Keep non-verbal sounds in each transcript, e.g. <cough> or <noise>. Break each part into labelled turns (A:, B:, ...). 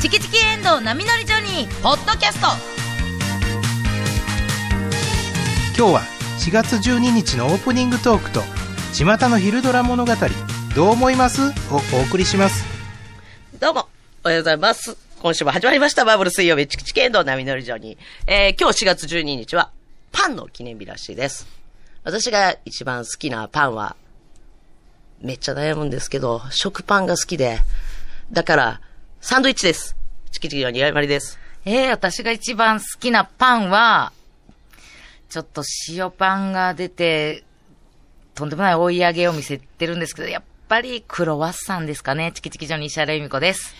A: チキチキエンドウ波乗りジョニー」ポッドキャスト
B: 今日は4月12日のオープニングトークと巷の昼ドラ物語どう思いますをお送りします
C: どうも、おはようございます。今週も始まりました、バブル水曜日、チキチキエンドウ波乗り場に。えー、今日4月12日は、パンの記念日らしいです。私が一番好きなパンは、めっちゃ悩むんですけど、食パンが好きで、だから、サンドイッチです。チキチキのにやまりです。
D: ええ私が一番好きなパンは、ちょっと塩パンが出て、とんでもない追い上げを見せてるんですけど、やっぱりクロワッサンですかね。チキチキジョニー石原由美子です。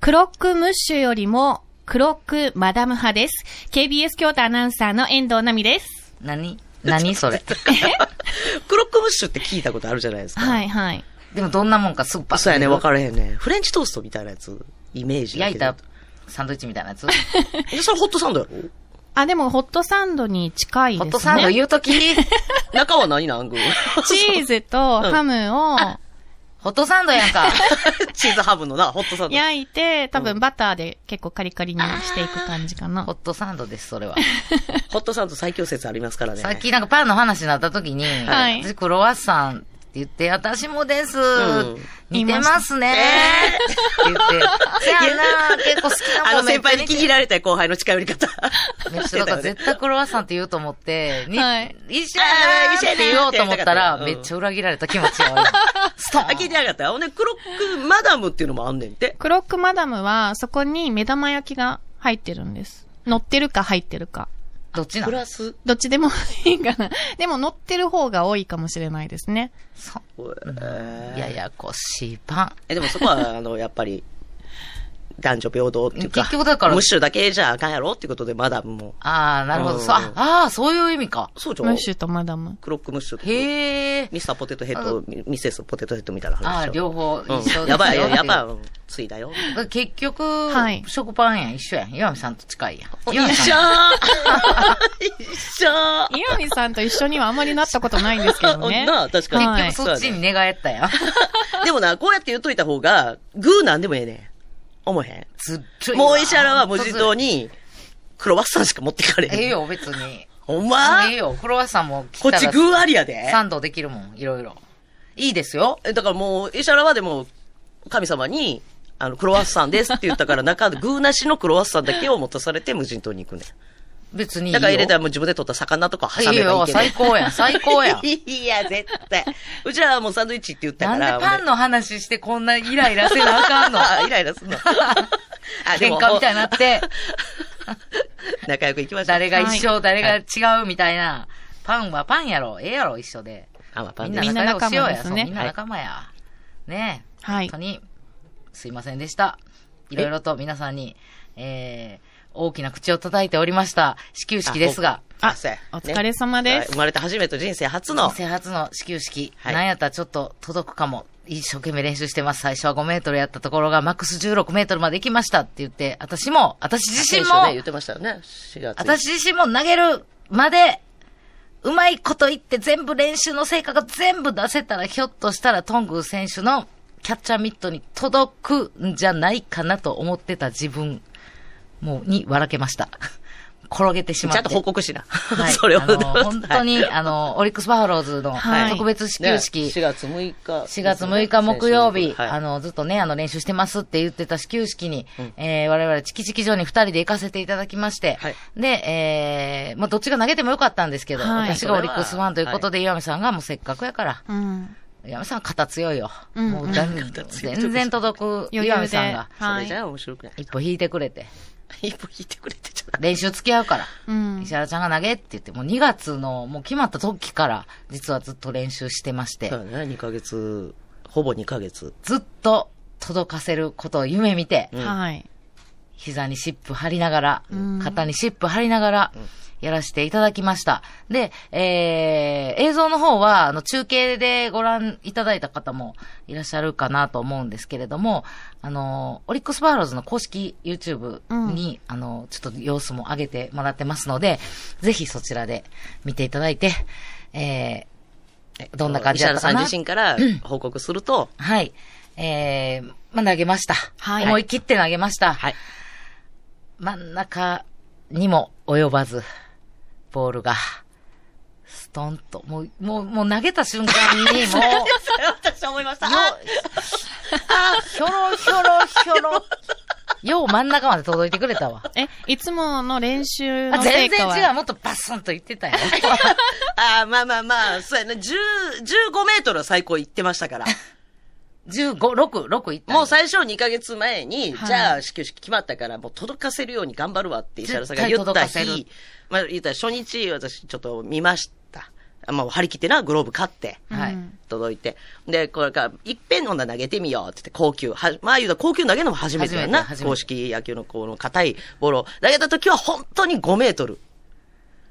E: クロックムッシュよりも、クロックマダム派です。KBS 京都アナウンサーの遠藤奈美です。
D: 何何それ。
C: クロックムッシュって聞いたことあるじゃないですか。
E: はいはい。
D: でもどんなもんかすぐパッと
C: そうやね、
D: 出る
C: わからへんね。フレンチトーストみたいなやつ、イメージだ
D: 焼
C: け
D: い
C: ど。
D: たサンドイッチみたいなやつ。
C: でそれホットサンドやろ
E: あ、でもホットサンドに近いです
D: ホ
E: ね。
D: ットサンド言うとき、
C: 中は何なんぐ <laughs>
E: チーズとハムを
D: ホットサンドやんか。
C: チーズハムのな、ホットサンド。
E: 焼いて、多分バターで結構カリカリにしていく感じかな
D: ホッ。トサンドです、それは。
C: ホットサンド最強説ありますからね。
D: さっきなんかパンの話になった時に、
E: はい
D: 私クロワッサンって言って、私もです。
C: ん
D: 似てますね。って言って。せやな、
C: <laughs>
D: 結構好きな
C: あ
D: も
C: の
D: んめ
C: 先
D: っちゃ
C: 輩
D: 似
C: に
D: て
C: 気に入られた後輩の近寄り方。
D: <laughs> めっちゃだから絶対クロワッサンって言うと思って、に
E: はい
D: 一緒やなーって言おうと思ったら、
C: うん
D: めっちゃ裏切られた気持ちが悪い。スト
C: あ、聞いて
D: ー
C: なかった。ほんで、クロックマダムっていうのもあんねんて。
E: クロックマダムは、そこに目玉焼きが入ってるんです。乗ってるか入ってるか。
D: ンどっちな
C: プ
D: の
C: ラス、
E: どっちでもいいかな。でも乗ってる方が多いかもしれないですね。
D: そ
C: え
D: ややこしいパン。
C: え、でもそこは、あの、やっぱり、男女平等っていうか。
D: 結局だから
C: ムッシュだけじゃあかんやろっていうことで、マダムも。
D: ああ、なるほ
C: う
D: ど。
C: ん
D: そうああー、そういう意味か。
C: そうじゃ
E: ム
C: ん
E: ッ。シュとマダム。
C: クロックムッシュと。
D: へえ。
C: ミスターポテトヘッド、ミセスポテトヘッドみたいな
D: あ
C: 話で
D: あ、
C: しょ。
D: 両方一緒ですよ
C: うんやばいよ、やばいよ。ついだ
D: <laughs>
C: よ。
D: だから結局、
E: はい
D: 食パンやん、一緒やん。岩見さんと近いやん。岩見
C: 一緒
D: さん。
C: <laughs> 一緒
E: 岩見さんと一緒にはあまりなったことないんですけど
C: <laughs>
E: ね。
C: なあ、確かに。
E: はい
D: 結局そっちに寝返っ
C: <laughs>
D: たやん。
C: でもな、こうやって言っといた方が、グーなんでもええねん。思え
D: ずっ
C: へ
D: と
C: ん。もう石原は無人島に、クロワッサンしか持ってかれへん。
D: ええ。よ、別に。
C: ほんま
D: ええよ、クロワッサンも来
C: こ
D: た
C: っ
D: ら
C: ちグーありやで。
D: サンドできるもん、いろいろ。いいですよ。
C: えだからもう、石原はでも、神様に、あの、クロワッサンですって言った
D: <laughs>
C: から、中でグーなしのクロワッサンだけを持たされて無人島に行くねん。
D: 別にいい
C: だ
D: よ。
C: から入れたらもう自分で取った魚とか挟
D: いい
C: めばい
D: よ、
C: いけど。。
D: 最高やん、最高や
C: <laughs>
D: ん
C: いや、絶対。うちらはもうサンドイッチって言った
D: な
C: から。
D: んでパンの話してこんなイライラせなあかん
C: <laughs>
D: の
C: あイライラすんの。あで
D: <laughs> 喧
C: も
D: 嘩みたいに
C: <laughs>
D: なって、
C: 仲良く行きましょう。
D: 誰が一
C: は
D: 緒、
C: い
D: 誰が違うみたいな。パンはパンやろ、ええやろ、一緒で。
C: あ、まあ、パ
D: み
C: ン
D: ん
C: で
D: な
C: ね
E: みんな
D: 仲
E: 仲
D: 良くしよう
E: 間で
D: や、
E: すね
D: そうみんな仲間や。ねえ。
E: はい
D: 本当に、すいませんでした。いろいろと皆さんに、えー、大きな口を叩いておりました。始球式ですが、
E: あ
C: そうや
E: お疲れ様
C: ね
E: です
C: 生まれて初めて人生初の。
D: 生初の始球式、
C: はい
D: なんやったらちょっと届くかも。一生懸命練習してます。最初は5メートルやったところが、マックス16メートルまで行きましたって言って、私も、私自身
C: 先
D: も
C: 週、ね、言ってましたよね。4月。
D: 私自身も投げるまで、うまいこと言って全部練習の成果が全部出せたら、ひょっとしたらトングー選手のキャッチャーミットに届くんじゃないかなと思ってた自分、もう、に笑けました。転げてし
C: ち
D: まって。
C: ゃんと報告しな。
D: は
C: <laughs>
D: い。
C: それを。
D: あの、本当
C: はい
D: に、あの、オリックスバファローズの
E: はい
D: 特別始球式、
C: ね4月6日。
D: 4月6日木曜日、
C: はい
D: あの、ずっとね、あの、練習してますって言ってた始球式に、えー我々、チキチキ場に2人で行かせていただきまして、
C: はい
D: で、えーまあ、どっちが投げてもよかったんですけど、
E: はい
D: 私がオリックスファンということで、岩見さんがもうせっかくやから、
E: うん。
D: 岩見さん肩強いよ。
E: うん
D: も
C: <laughs>
D: う全然全然届く
E: 余
D: 岩見
E: 裕で。
D: さんが、
C: そ
E: は
C: れじ
E: い。
C: ゃあ面白くない。
D: 一歩引いてくれて、
C: 一歩引いてくれてちゃ
D: 練習付き合うから。
E: うん
D: 石。原ちゃんが投げって言って、もう2月の、もう決まった時から、実はずっと練習してまして、
C: そうだね、2ヶ月、ほぼ2ヶ月。
D: ずっと届かせることを夢見て、
E: はい。
D: 膝にシップ貼りながら
E: ん、
D: 肩にシップ貼りながら、やらせていただきました。で、えー、映像の方は、あの、中継でご覧いただいた方もいらっしゃるかなと思うんですけれども、あの、オリックスバーローズの公式 YouTube に、あの、ちょっと様子も上げてもらってますので、ぜひそちらで見ていただいて、えー、どんな感
C: 石
D: じだ
C: 原
D: った
C: さ
D: か
C: ん
D: な <laughs>
C: 自身から報告すると、
D: はい。えー、まあ、投げました。
E: はい
D: 思い切って投げました。
C: はい。
D: 真ん中にも及ばず、ボールが、ストンと、もう、もう、もう投げた瞬間
E: <laughs>
D: に、もう、
C: 私思いました。あ
D: ひょろひょろひょろ、よう真ん中まで届いてくれたわ。
E: え、いつもの練習
D: あ
E: の成
D: 全
E: 果
D: 然
E: は
D: 違う、もっとバスンと言ってたよ。
C: <laughs> あー、まあまあまあ、そうやね。10、15メートルは最高行ってま
D: <laughs>
C: したから。
D: 15、6、6行ったんや。
C: もう最初2ヶ月前に、
E: はい
C: じゃあ始球式決まったから、もう届かせるように頑張るわって石原さんが言った
D: 絶対届
C: 日、まあ言ったら初日私ちょっと見ました。あまあ張り切ってな、グローブ買って。
D: はい
E: うん
C: 届いて。で、これから、いっぺんの投げてみようって言って、高級。はまあ言うたら高級投げるのも初めてやな。
D: 初めて初めて
C: 公式野球のこの硬いボールを。投げた時は本当に5メートル。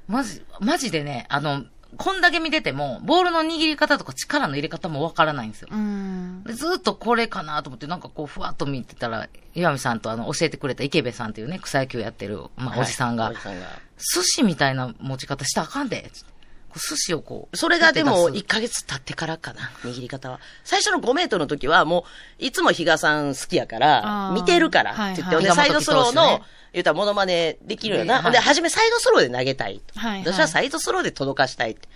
D: マジ、マジでね、あの、こんだけ見てても、ボールの握り方とか力の入れ方もわからないんですよ。
E: うん。
D: でずーっとこれかなと思って、なんかこう、ふわっと見てたら、岩見さんとあの、教えてくれた池部さんっていうね、草野球やってる、まあ、おじさんが、
C: おじさんが。
D: 寿司みたいな持ち方したらあかんで、つってこう寿司をこう。
C: それがでも、
D: 手出
C: 1
D: す
C: ヶ月経ってからかな、握り方は。最初の5メートルの時は、もう、いつも比嘉さん好きやか
E: あ
C: ら、
E: ー
C: 見てるから、って言って、
E: はいはい
C: でサイドスロー
D: 比嘉元
C: の
D: 投手ね、
C: 言うたらモノマネできるよ
D: ね
C: な。ほんで、
D: はい
C: 初めサイドスローで投げたいと。
E: はいはい
C: 私はサイドスローで届かしたいって。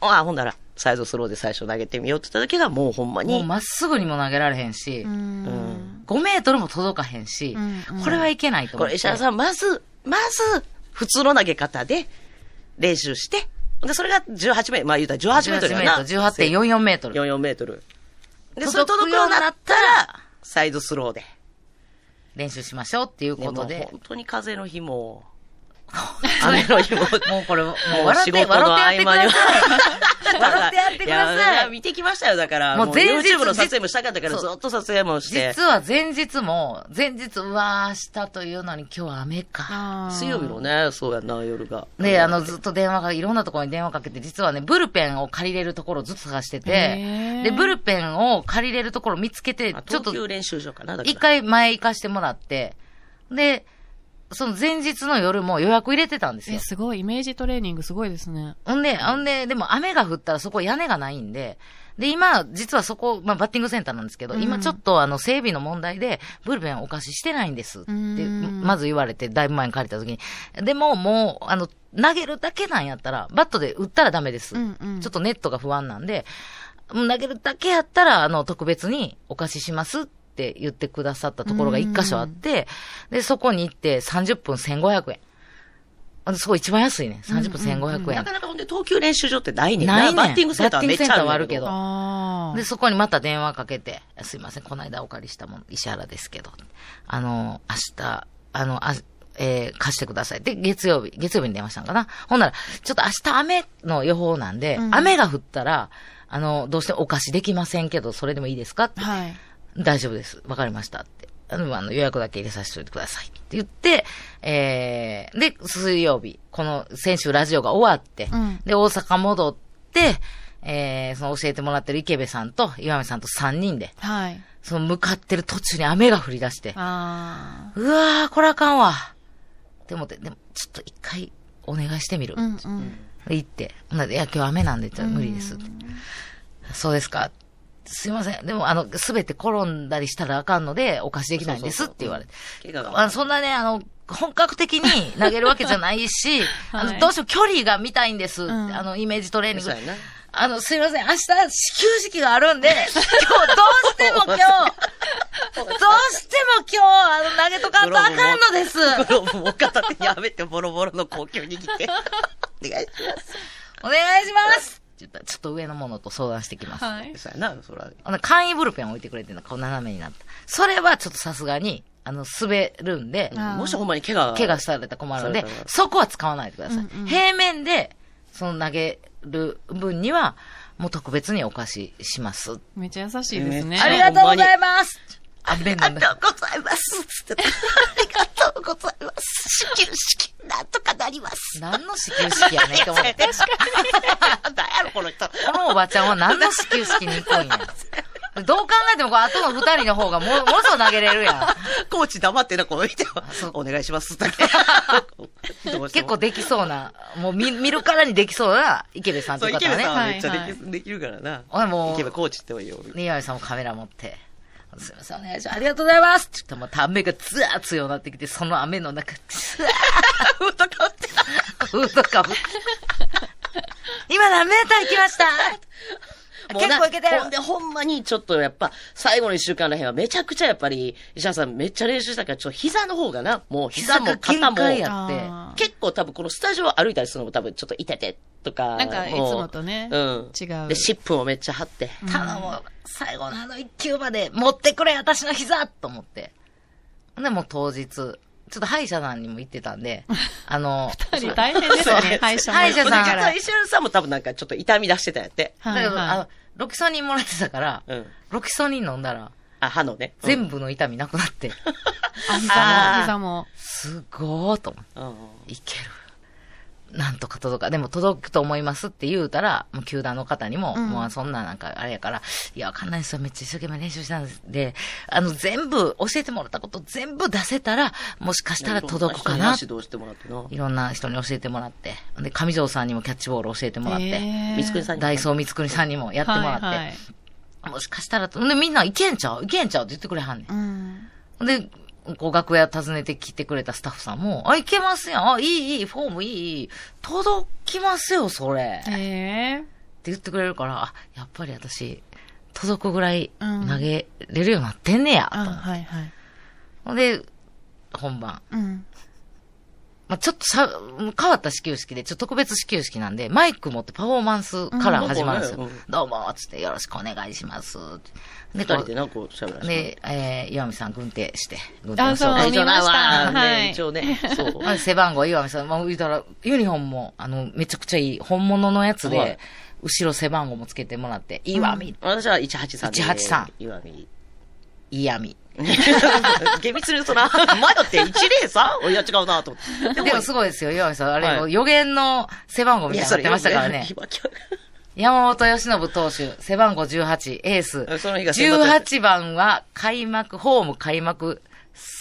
C: ああ、ほんなら、サイドスローで最初投げてみようって言った時が、もうほんま
D: もう
C: に、
D: まっすぐにも投げられへんし、
E: うん。
D: 5メートルも届かへんし、
E: うんうん
D: これはいけないと
C: こ
D: 思って。
C: れ石原さん、まず、まず、普通の投げ方で、練習して、で、それが18メートル、まあ言うたら18メートル
D: 18
C: や
D: メー
C: な。
D: トル、18.44メートル。
C: 44メートル。で、
D: 届く
C: それ届くようになった
D: ようになっ
C: ら、サイドスローで。
D: 練習しましょうっていう
C: ね、
D: こと
C: もう
D: で。
C: 本当に風の日も、雨の日も、も
D: <laughs> もうこれ、もう
C: う
D: 笑って、笑ってやっ
C: <laughs>
D: てください。笑ってやってくだ
C: いや
D: さ
C: や
D: い。
C: 見てきましたよ、だから。
D: も
C: も
D: う
C: う
D: 前日
C: YouTube の撮影もしたかったから、ず
D: そう
C: っと撮影もして。
D: 実は前日も、前日、うわー、明日というのに今日は雨か。
E: あー
C: 水曜日のね、そうやんな、夜が。
D: で、あの、ずっと電話が、いろんなところに電話かけて、実はね、ブルペンを借りれるところをずっと探して
E: へ
D: て
E: ー、
D: で、ブルペンを借りれるところを見つけて、
C: あ、
D: ちょっ
C: 投
D: と、
C: 球練習場かな、だから
D: 一回前行かしてもらって、で、その前日の夜も予約入れてたんです
E: え、
D: よ。
E: すごい、イメージトレーニングすごいですね。
D: ほんで、ほんで、でも雨が降ったらそこ屋根がないんで、で、今、実はそこ、まあ、バッティングセンターなんですけど、
E: うん
D: 今ちょっとあの、整備の問題で、ブルペンお貸ししてないんですって、
E: うん
D: まず言われて、だいぶ前に借りた時に。でも、もう、あの、投げるだけなんやったら、バットで打ったらダメです。
E: うんうん
D: ちょっとネットが不安なんで、うん投げるだけやったら、あの、特別にお貸ししますって言ってくださったところが一箇所あって、で、そこに行って30分1500円。あの、そこ一番安いね。30分1500円
C: な。かなかほんで、投球練習場ってないねん
D: ないねん
C: バッティングセンターはめっちゃ
D: バ
C: あ
D: ッティングセンターはある
C: る
D: け
C: け
D: ど
C: ど。
E: ああ。
D: で、そこにまた電話かけて、すいません、この間お借りしたもの、石原ですけど、あの、明日、あの、あえー貸してください。で、月曜日、月曜日に電話したんかな。ほんなら、ちょっと明日雨の予報なんで、
E: うん
D: 雨が降ったら、あの、どうしてお貸しできませんけど、それでもいいですかって、
E: はい。
D: 大丈夫です。わかりましたって。あの、あの予約だけ入れさせておいてください。って言って、えー、で、水曜日、この、先週ラジオが終わって、
E: うん
D: で、大阪戻って、えー、その教えてもらってる池部さんと岩見さんと3人で、
E: はい。
D: その向かってる途中に雨が降り出して、
E: あ
D: うわー、これあかんわ。って思って、でも、ちょっと一回お願いしてみる。
E: あ。うんうん。
D: 行って、ほんならいや、今日雨なんで、じゃあ無理ですって。そうですか。すいません。でも、あの、すべて転んだりしたらあかんので、お貸しできないんですって言われて。
C: 怪我が。
D: あそんなね、あの、本格的に投げるわけじゃない
E: <laughs>
D: し、あの、どうしても距離が見たいんです。
E: ん
D: あの、イメージトレーニン
C: そうや <laughs>
D: グ。
C: な。
D: あの、すいません。明日、始球式があるん
E: <laughs>
D: で、今日、どうしても今日、どうしても今日、あの、投げとかんとあかんのです。
C: グローブも片手にやめて、ボロボロの高級握 <laughs> って。お願いします。
D: <laughs> お願いしますって言ったら、ちょっと上のものと相談してきます。
E: はい。
C: そうやな、そら。
D: あの、簡易ブルペン置いてくれてるの、こう斜めになった。それはちょっとさすがに、あの、滑るんで、
E: あー
C: もしほんまに怪我が。 <laughs>
D: 怪我されたら困るので
C: そうそうそ、う
D: そこは使わないでください。
E: うんうん
D: 平面で、その投げる分には、もう特別にお貸しします。
E: めっちゃ優しいですね。
D: あ
C: あ
D: り
C: り
D: が
C: が
D: と
C: と
D: う
C: うご
D: ござ
C: ざ
D: い
C: い
D: ますあ、便
C: あ
D: 利
C: り
D: だ。
C: がとうございます。つってた。ありがとうございます。始球式、なんとかなります。
D: 何の始球式やねんって思って。
C: なんだやろ、この人。
D: このおばちゃんは何の始球式に行くんや。どう考えても、こう後の二人の方がも、ものすごい投げれ
C: <laughs>
D: るやん。
C: コーチ黙ってな、この人
D: そう。
C: お願いします。
D: <laughs>
C: だけ。どうして
D: 結
C: も
D: 構、できそうな、もう見見るからにできそうな池部さんと
C: そう、
D: いう
C: 池
D: 方
C: 部
D: は
C: さ
D: ね
C: ん。はめっち
E: は
C: ゃで
E: い
C: きできるからな。
D: おいもう
C: 池部コーチって言うよ。
D: ね、岩井さんもカメラ持って。すいません、お願いします。ありがとうございますって言ってもう雨がずーっと強くなってきて、その雨の中、ずーっ
C: ふとかぶってた。
D: とフードかぶって。今何メーター行きました
C: もうな
D: 結構いけてる
C: ほんで、ほんまに、ちょっとやっぱ、最後の一週間らへんは、めちゃくちゃやっぱり、石原さんめっちゃ練習したから、ちょっと膝の方がな、もう膝も肩
D: 膝が
C: も、
D: 限界や
E: あー
C: 結構多分このスタジオ歩いたりするのも多分ちょっといててとか。
E: なんかいつ
C: もう
E: もとね
C: うん。
E: 違う
C: で、湿布をめっちゃ貼って。
D: 頼む、最後のあの一球まで持ってくれ、私の膝と思って。で、もう当日、ちょっと歯医者さんにも行ってたんで、あの、
E: 二人大変ですよ
C: そう
E: ね、歯医者も。
D: 歯医者さん
E: だか
C: だから
E: ら。
C: 石原さんも多分なんかちょっと痛み出してたんやって。
D: だ
E: は
D: け
E: い
D: ど、あ
E: は
D: の、ロキソニンもらってたから、
C: うん
D: ロキソニン飲んだら、
C: あ、歯のね。
D: 全部の痛みなくなって、
E: い。
C: あ
E: 膝も、膝も。
D: すごーと思って。
C: 部。うん
D: いける。なんとか届か、でも届くと思いますって言うたら、もう球団の方にも、
E: うん
D: もうそんななんかあれやから、いや、わかんないですよ。めっちゃ一生懸命練習したんです。で、あの、全部、教えてもらったこと全部出せたら、もしかしたら届くか
C: いろん人に指
D: な。
C: 導してもらってな。
D: いろんな人に教えてもらって、で、上条さんにもキャッチボール教えてもらって、
E: えー
C: 三つくさんに。
D: ダイソー三つ国さんにもやってもらって、
E: はいはい
D: もしかしたらと、で、みんな、いけんちゃういけんちゃうって言ってくれはんねん
E: うん。
D: で、こう楽屋訪ねてきてくれたスタッフさんも、あ、いけますやん。あ、いい、いい、フォームいい、いい。届きますよ、それ。って
E: えー
D: 言ってくれるから、あ、やっぱり私、届くぐらい
E: うん
D: 投げれるようになってんねや、
E: あ、はいはい。
D: と。ほんで、本番。
E: うん。
D: まあ、ちょっとしゃ、変わった始球式で、ちょっと特別始球式なんで、マイク持ってパフォーマンスから始まるんですよ。
C: うん
D: どうも、つってよろしくお願いします。で、
C: 二
D: こ
C: 人で
D: う、
C: な、こう喋らせて。
D: で、えー、岩見さん軍手して、軍手の
E: あ
D: 紹介
E: そう
C: 一応
E: 見まし
C: あ
E: た
C: まあ
E: はい
C: ね一応
D: <laughs>
C: ね、そう。
D: まあ背番号岩見さん、まあ、言うたら、ユニフォームも、あの、めちゃくちゃいい、本物のやつで、
C: はい
D: 後ろ背番号もつけてもらって、岩見、
C: 私は183で。
D: 183
C: 岩見。 <laughs>
D: 岩見。
C: 厳密に言うとな、迷って 103? いや、違うなと思って。
D: でもすごいですよ、岩見さん。あれ、
C: はい
D: 予言の背番号みたいになってましたからね。山本由伸投手、背番号18、エース。
C: その日が先発
D: 18番は開幕、ホーム開幕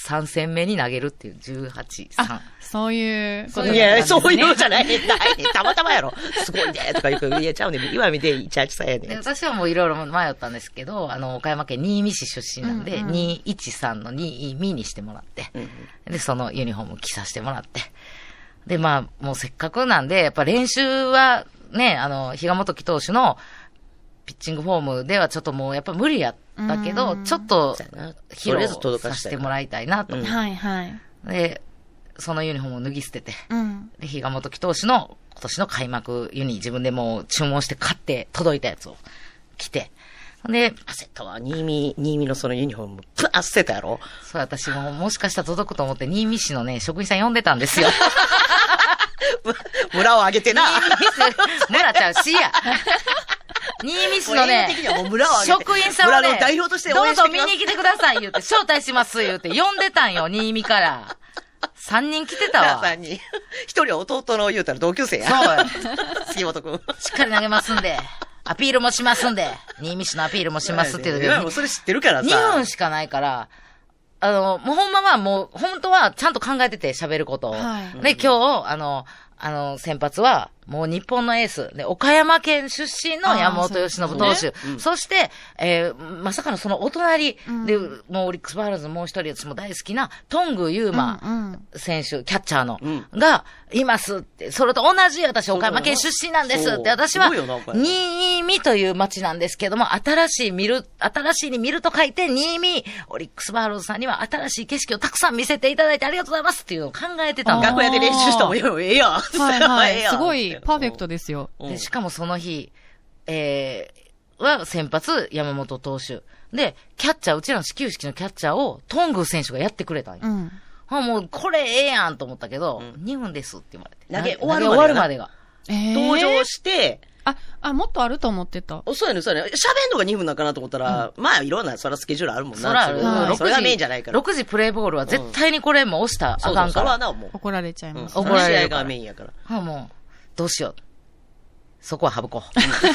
D: 3戦目に投げるっていう、18、3
E: あ。、そういうことだったんです
C: い
E: ね。
C: や、そういうのじゃないね。ないね。たまたまやろ。すごいね。とか言うから、いや、ちゃうね。今見て、183や
D: で
C: ね。
D: 私はもういろいろ迷ったんですけど、あの、岡山県新見市出身なんで、
E: うんうん
D: 213の2見にしてもらって、で、そのユニフォーム着させてもらって、で、まあ、もうせっかくなんで、やっぱ練習はね、あの、比嘉元樹投手のピッチングフォームではちょっともうやっぱ無理やったけど、ちょっと
C: そうやな
D: 披
C: とりあえ
D: 露
C: ず届か
D: さ
C: し
D: せ
C: たい
D: てもらいたいなと。
C: うん
E: はいはい。
D: で、そのユニフォームを脱ぎ捨てて、
E: うん。
D: で、比嘉元樹投手の今年の開幕ユニ、自分でもう注文して買って届いたやつを着て、で、
C: 焦ったわ。新見、新見のそのユニフォーム、ぶわー捨てたやろ。
D: そう、私ももしかしたら届くと思って、新見市のね、職員さん呼んでたんですよ。
C: 村を挙げてな。
D: <laughs> 村ちゃう
C: <laughs>
D: しや。新見市のね
C: もう営業的にはもう村を挙げて
D: 職員さんをね、
C: 村の代表として応援して
D: どう
C: き
D: ぞ
C: ます
D: 見に来てください言うて、招待します言うて、呼んでたんよ、新見から。3人来て
C: <laughs>
D: た
C: 皆
D: わ。
C: さんに。一人は弟の言うたら同級生や。
D: そうよ。
C: <laughs> 杉本くん。
D: しっかり投げますんで、アピールもしますんで、新見市のアピールもしますって言う
C: い
D: て
C: やもうそれ知ってるからさ。
D: 2分しかないから、あの、もうほんまはもう、本当はちゃんと考えてて喋ることを。
E: はい
D: で、今日、あの、あの、先発は、もう日本のエース。で、岡山県出身の山本由伸投
E: あー
D: 手。そして、えーまさかのそのお隣、で、もうオリックスバファールズもう一人、私も大好きな、トングユーマ
E: うんうん
D: 選手、キャッチャーの、
C: うん
D: が、いますって、それと同じ私、
C: そうだ
D: 岡
C: よな
D: 山県出身なんです
C: そ
D: っ
C: う
D: て、私は、
C: すごいよな岡山
D: 新見という町なんですけども、新しい見る、新しいに見ると書いて、新見、オリックスバファローズさんには新しい景色をたくさん見せていただいてありがとうございますっていうのを考えてたの。
C: 学屋で練習したもんよ。ええやん。
D: <laughs>
E: はいはい。す
C: <laughs>
E: ご
C: ええや
E: い
C: ん、
E: パーフェクトですよ。
C: うん
D: でしかもその日、えー、は先発、山本投手。で、キャッチャー、うちらの始球式のキャッチャーを、トング選手がやってくれたんよ
E: うん。
D: あ、もう、これええやんと思ったけど、2分ですって言われて。
C: 投げ
D: な
C: 終わるま
D: ま
C: で
D: でが。
E: えー
C: 登場して、
E: あ、あ、もっとあると思ってた。
C: おそうやね、そうやね。喋んのが2分なんかなと思ったら、まあ、いろんな、そらスケジュールあるもんな。
D: そら、
C: う
E: はい
C: ん
D: 6
C: それがメイン
D: 時、
C: じゃないから。
D: 6時プレイボールは絶対にこれもう押したら
C: そ
D: あ
C: うそ
D: か
C: う、
D: ん
C: そ
D: から
C: は
D: ら。
C: な、もう。
E: 怒られちゃい
C: うん
E: ます。
D: 怒られ
C: 試
D: る
C: 合
D: から
C: がメインやから。
D: あ、もう、どうしよう。そこは省こ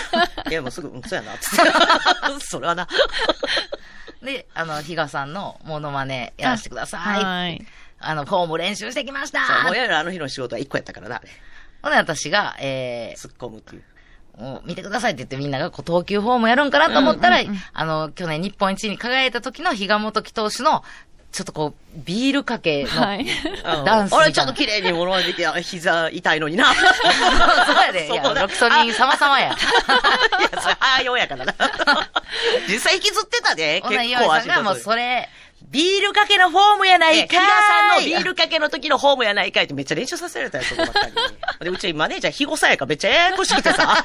C: <laughs> いや、もうすぐ、うん、そうやな、つって。 <laughs> それ
D: <laughs>
C: はな。
D: う。で、あの、比嘉さんのモノマネやらせてください。あ
E: はい。
D: の、フォーム練習してきまし
C: そ
D: た
C: うもういわゆるあの日の仕事は1個やったからな、あれ
D: ほんで、私が、えー
C: 突っ込むっていう。
D: お見てくださいって言ってみんながこう投球フォームやるんかなと思ったら、
E: うんうんうん
D: あの、去年日本一に輝いた時の比嘉元木投手の、ちょっとこう、ビールかけの、
E: はい。
C: あ
D: ダンスみたいな
C: れちょっと綺麗にもろできた。膝痛いのにな。
D: <laughs> そうやで。いや、
C: <laughs> そうだ
D: ロキソニン様々や。
C: いや、それ、ああ、ようやから
D: <laughs>
C: な。実際引きずってたで、
D: ほ
C: 結
D: な、岩井
C: 構
D: さん
C: 足
D: がもう
C: が
D: それ、
C: ビールかけのフォームやな
D: え
C: いかい。
D: 木田さんのビー
C: ルかけの時のフォームやないかいってめっちゃ練習させられたよ、そこばっかり。で、うちマネージャー、肥後さんやからめっちゃややこしくて <laughs> さ、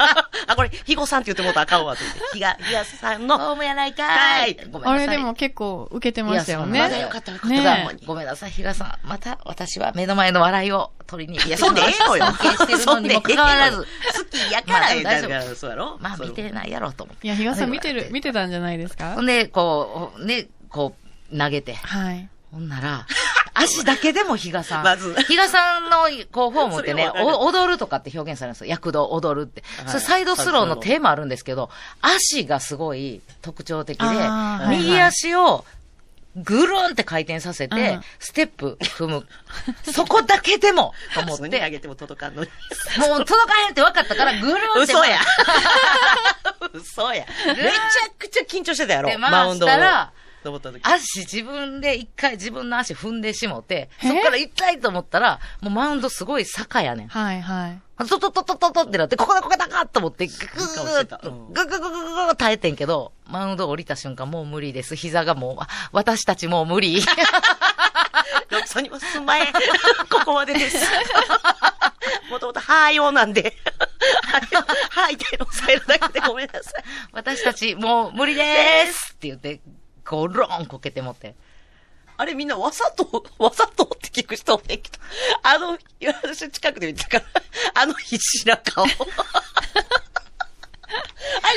C: あ、これ、肥後さんって言ってもうたらあかんわ、って言って。ひが、ひがさん
D: <laughs> ホ
C: の、
D: ームやない
C: は
D: か
C: い
D: い。ごめん
E: あ
D: なさ
E: れ
D: い。
E: でも結構受けて
D: い
E: ま
D: や
E: したよ
D: そん
E: ね。
D: なまだよかったよかった
E: ねえ
D: だからごめんなさい、比嘉さん。また、私は目の前の笑いを取りに、いや
C: そんでええのよ
D: 尊敬してるのにもかかわらず、
C: 好きやから、
D: まあ大丈夫
C: だからそうやろ
D: まあ見てないやろうと思って。
E: いや、東さん見て
D: あれ
E: る、見てたんじゃないです
D: ほ
E: か
D: んで、こう、ね、こう、投げて。
E: はい。
D: ほんなら、足だけでも比嘉さん。
C: まず
D: 比嘉さんの、こう、フォームってね
C: それはわかる、
D: お踊るとかって表現されるんですよ。躍動、踊るって。
C: はい
D: それサイドスローのテーマあるんですけど、足がすごい特徴的で
E: あー、はい
D: 右足を、ぐるんって回転させ
E: う
D: て
E: ん、
D: ステップ踏む。そこだけでも、と思
C: 思
D: っ、
C: ってて。
D: も
C: 上げても届かんのに。
D: う届かへんって分かったから、ぐるんって。
C: 嘘や。嘘 <laughs> や。めちゃくちゃ緊張してたやろ。
D: で回したら
C: マウンドを登った時。
D: 足自分で一回自分の足踏んでしもて、そっから痛いと思ったら、もうマウンドすごい坂やねん。
E: はい、はい。
D: トトトトトトってなって、ここだここだかと思って、グーグーグググググー耐えてんけど、マウンド降りた瞬間もう無理です。膝がもう、あ私たちもう無理。
C: ロキソニンも進まえ。ここまでです。もともと、はーようなんで。はーい、手のさえるだけでごめんなさい。
D: 私たちもう無理ですって言って、ゴロンこけてもって。
C: あれみんなわざと、わざとって聞く人もね、きっとあの、私近くで見てたから、あの必死な顔。あれ、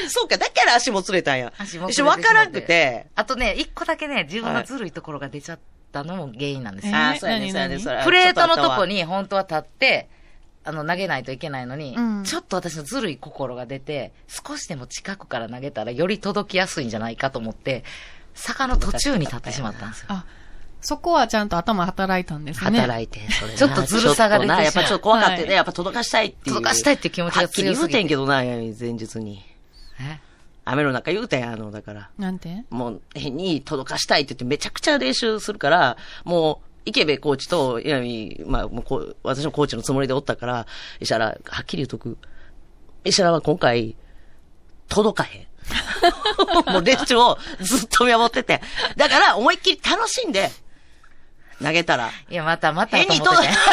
C: そうか、だから足もつれたんや。
D: 足も
C: 一緒わからんくて。
D: あとね、一個だけね、自分のずるいところが出ちゃったのも原因なんですよ。
E: はい
C: あ
E: え
C: ー、そうやね、
E: 何
C: そうやね、<laughs> そ
E: 何
C: れ。
D: プレートのとこに本当は立って、あの、投げないといけないのに、
E: うん
D: ちょっと私のずるい心が出て、少しでも近くから投げたらより届きやすいんじゃないかと思って、坂の途中に立ってしまった
E: <laughs>
D: んですよ。
E: あ、そこはちゃんと頭働いたんですね。
D: 働いて、それな
C: ち
D: ち
C: ょ
D: ょ
C: っ
D: っ
C: と
D: と
C: ず
D: ず
C: る
D: る
C: さ
D: さ
C: が
D: が
C: 出
D: 出
C: てしまう。やっぱち
D: てしまう
C: ょっと怖かったよ
E: は
C: ね。やっぱ届かしたいっていう。
D: 届かしたいっていう気持ちが強すぎて
C: はっきり言うてんけどな、前日に。
D: え
C: 雨の中言うてんや、あの、だから。
E: なんて
C: もう、変に届かしたいって言ってめちゃくちゃ練習するから、もう、池部コーチと稲見、まあ、もうこう、私もコーチのつもりでおったから、石原、はっきり言うとく。石原は今回、届かへん。 <laughs> もう練習をずっと見守ってて。だから、思いっきり楽しんで、投げたら。
D: いや、またまた
C: 変
D: と
C: に <laughs>
D: 思って
C: 届
D: ね
C: か。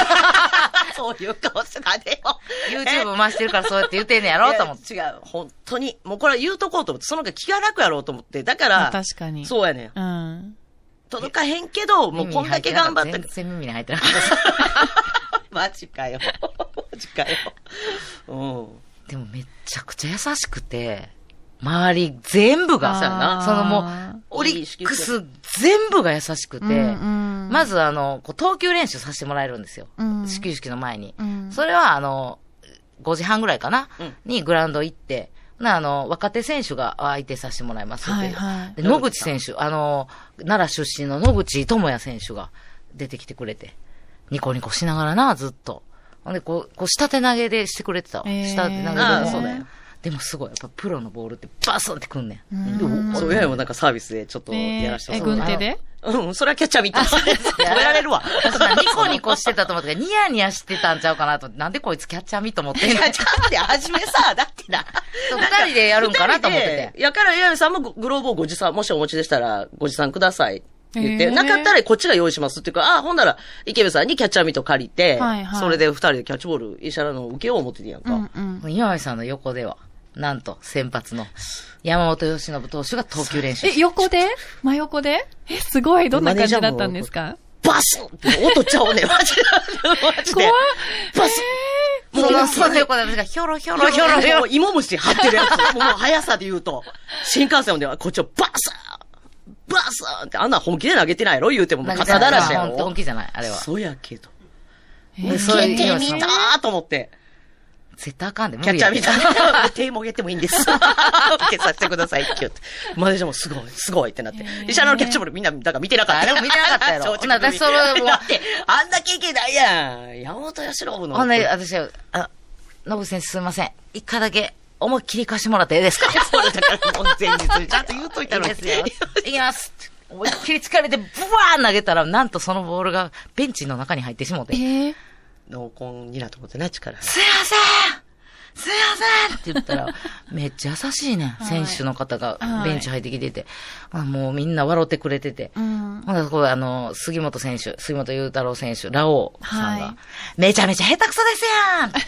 C: そういう顔してたねよ。
D: YouTube 回してるからそうやって言ってんねやろ
C: <laughs>
D: うと思って。
C: いや違う。本当に。もうこれは言うとこうと思って、その方が気が楽やろうと思って。だから、
E: 確かに。
C: そうやねん。
E: うん。
C: 届かへんけど、もうこんだけ頑張った
D: 耳に入てなか
C: か
D: た全然耳に入ってなかった。
C: ら。 <laughs> マジかよ。マジかよ。うん。
D: でもめっちゃくちゃ優しくて、周り全部が、
E: あー
D: そうやなそのもう、オリックス全部が優しくて、
E: うんうん
D: まずあの、こう投球練習させてもらえるんですよ。
E: うん
D: 始球式の前に。
E: うん
D: それはあの、5時半ぐらいかな、
C: うん
D: にグラウンド行って、なあの、若手選手があ相手させてもらいますっていう。
E: はいはい
D: で野口選手、あの、奈良出身の野口智也選手が出てきてくれて、ニコニコしながらな、ずっと。ほんで、こう、こう下手投げでしてくれてたわ。
E: えー
D: 下手投げでも。
C: ああそうだよ
D: でもすごい、やっぱプロのボールってバスンってくんねん。
E: うん
C: そうやもなんかサービスでちょっとやら
E: ね
C: せ
E: え、
C: てもら
E: 軍
C: った
E: 手で
C: うん、それはキャッチャー見
D: <laughs>
C: たい。止められるわ。
D: 私なニコニコしてたと思ったけど、ニヤニヤしてたんちゃうかなと思って、なんでこいつキャッチャーミーと思ってん
C: い
D: の
C: や、ちゃって、初めさ、だってな。
D: そう
C: なんか
D: 二人でやるんかなと思ってて
C: 二人でやから、ややさんもググローブをご持参、もしお持ちでしたら、ご持参ください。って言って、
E: へー
C: なかったらこっちが用意しますっていうから、あ、ほんなら、池部さんにキャッチャーミート借りて、
E: はいはい
C: それで二人でキャッチボール、石原の受けよう思っててんやんか。
E: うんうん。
D: 岩井さんの横では、なんと、先発の山本由伸投手が投球練習。
E: え、横で真横でえ、すごい。どんな感じだったんですか
C: バスンって音ちゃうねん、マジで。マジで。バスン
D: その、
C: う
D: その横で私がひょろひょろひ
C: ひ
D: ょ
C: ょろ
D: ろ
C: ひ
D: ひ
C: ょ
D: ょ
C: ろ、
D: ろ。
C: 芋虫張ってるやつ。もう速さで言うと、新幹線ではこっちをバスンバスンって、あんな本気で投げてないやろ言うても、もう肩だらしやろ
D: 本気じゃない、あれは。
C: そうやけど。
E: えー
D: それ
C: 受けてみたーと思って、
D: 絶対あかんで、無
C: キャッ
D: 理
C: チャー
D: や
C: みたいな。 <laughs> 手もげてもいいんです。受けさせてくださいって言って。マネージャーもすごい、すごいってなって。医者のキャッチボールみんな、だから見てなかった。
D: 誰も見てなかったやろ
C: 承知
D: ほな私それ
C: <laughs>
D: を
C: だって、あんな経験ないやん。山本由伸の。
D: ほんで、私は、あ、ノブ先生すいません。一回だけ、思いっきり貸してもらっていいですか
C: これだからもう前日にちゃんと言うといたの
D: いい
C: に。
D: ですよ。いきます。思いっきり疲れて、ブワーン投げたら、なんとそのボールがベンチの中に入ってしもうて。
E: ええ
C: 濃厚になと思ってな、力。
D: すいませんすいませんって言った
C: <laughs>
D: ら、めっちゃ優しいねん。選手の方が
E: はい
D: ベンチ入ってきてて。あもうみんな笑ってくれてて。
E: うん。
D: ほんで、これあの、杉本選手、杉本裕太郎選手、ラオウさんが、
E: はい
D: めちゃめちゃ下手くそ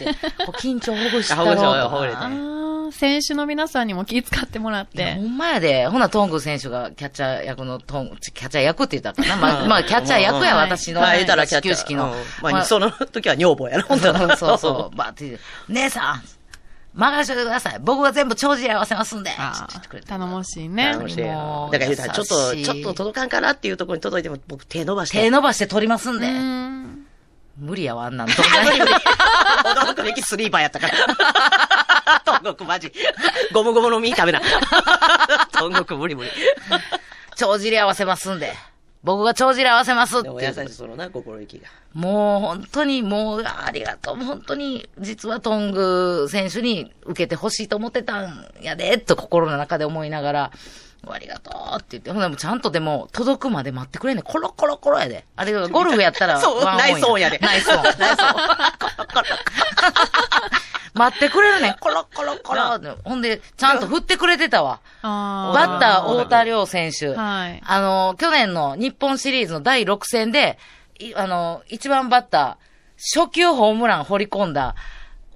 D: ですやん
C: <laughs>
D: って、こう緊張ほぐしたろうと
C: あほぐし
D: か
C: たほぐし
E: ああ、選手の皆さんにも気遣ってもらっ
D: いやほ
E: て。
D: んまやで。ほな、トング選手がキャッチャー役のトング、ちキャッチャー役って言ったかな。ま
C: う
D: あ、
C: ん
D: まあ、キャッチャー役や、
E: うん
D: 私の。
C: まあ、言うたらキャ
D: 始
C: ッチャ
D: 球
C: ー
D: 式の
C: うん。まあ、その時は女房やろ、ほんと
D: そう
C: <laughs> は
D: そうそう。 <laughs> バーって言って、姉さん、任せてください。僕は全部長寿合わせますんで。ちょ
E: あ
D: っと言ってくれ
E: ー
D: て
E: 頼もしいね
C: 頼。もしい
D: も
C: よ
D: う
C: だから言うたら、ちょっと、
D: 優しい
C: ちょっと届かんかなっていうところに届いても、僕手伸ばして。
D: 手伸ばして取りますん
E: う
D: で。
E: ん。
D: 無理やわ、あんなん。 <laughs>
C: 驚くべきスリーパーや <laughs> ったから。東国マジ。ゴムゴムの実食べな。 <laughs> 東国無理無理。
D: 長尻合わせますんで。僕が長尻合わせますって
C: でも
D: 言
C: 優
D: う。
C: しいそのな、心意気が。
D: もう本当にもうありがとう。本当に実はトング選手に受けてほしいと思ってたんやで、と心の中で思いながら、ありがとうって言って、ほんでもちゃんとでも届くまで待ってくれんねんコロコロコロやで。あれがゴルフやった
C: <laughs>
D: ら
C: そう、
D: ワンオン
C: ナイスオンやで。
D: ナイスオン。
C: <laughs> ナイスオン。コロコロ
D: 待ってくれるねんコロコロコロ。ほんで、ちゃんと振ってくれてた
C: <laughs>
D: わ。
E: あ
D: バッター、
C: お
D: 太田亮選手。
E: はい
D: あの、去年の日本シリーズの第6戦で、いあの、1番バッター、初球ホームラン掘り込んだ、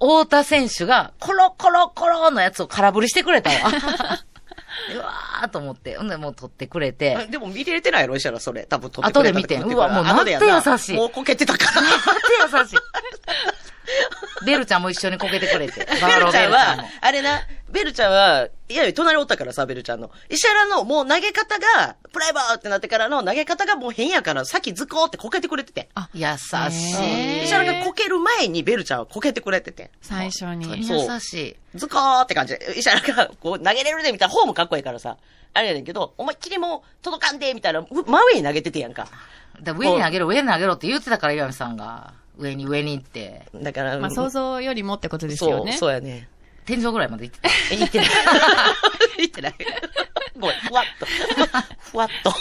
D: 太田選手が、コロコロコロのやつを空振りしてくれ
C: <laughs>
D: たわ。うわーと思って。ほんで、もう取ってく
C: <laughs>
D: れて。
C: でも見れてないやろ、石原、それ。多分撮って
D: 後
C: く
D: で
C: れ
D: 見て
C: 撮ってくれ
D: うわもう
C: 後でや
D: なんて優しい
C: もうこけてたから。
D: 手優しい。 <laughs> ベルちゃんも一緒にこけてくれて。バ
C: ベルちゃん
D: ローベルも
C: は、あれな、ベルちゃんは、いやいや、隣おったからさ、ベルちゃんの。石原のもう投げ方が、プライバーってなってからの投げ方がもう変やから、さっきズコーってこけてくれてて。
D: 優し
E: ね
D: い。
E: え
C: 石原がこける前にベルちゃんはこけてくれてて。
E: 最初
D: 本当
E: に
D: に。優しい。
C: ズコーって感じで。石原がこう投げれるでみたいな、方もかっこいいからさ。あれやねんけど、思いっきりもう届かんでみたいな、う真上に投げててやんか。
D: だから上に上げろ、上に上げろって言ってたから、岩見さんが。上に上にって。
C: だから、
E: まあ想像よりもってことです
C: そ
E: よ
C: う、
E: ね。
C: そうやね。
D: 天井ぐらいまで行ってた。
C: え言ってない。 <laughs> 言ってない。ごめん、ふわっと。 <laughs> ふわっと。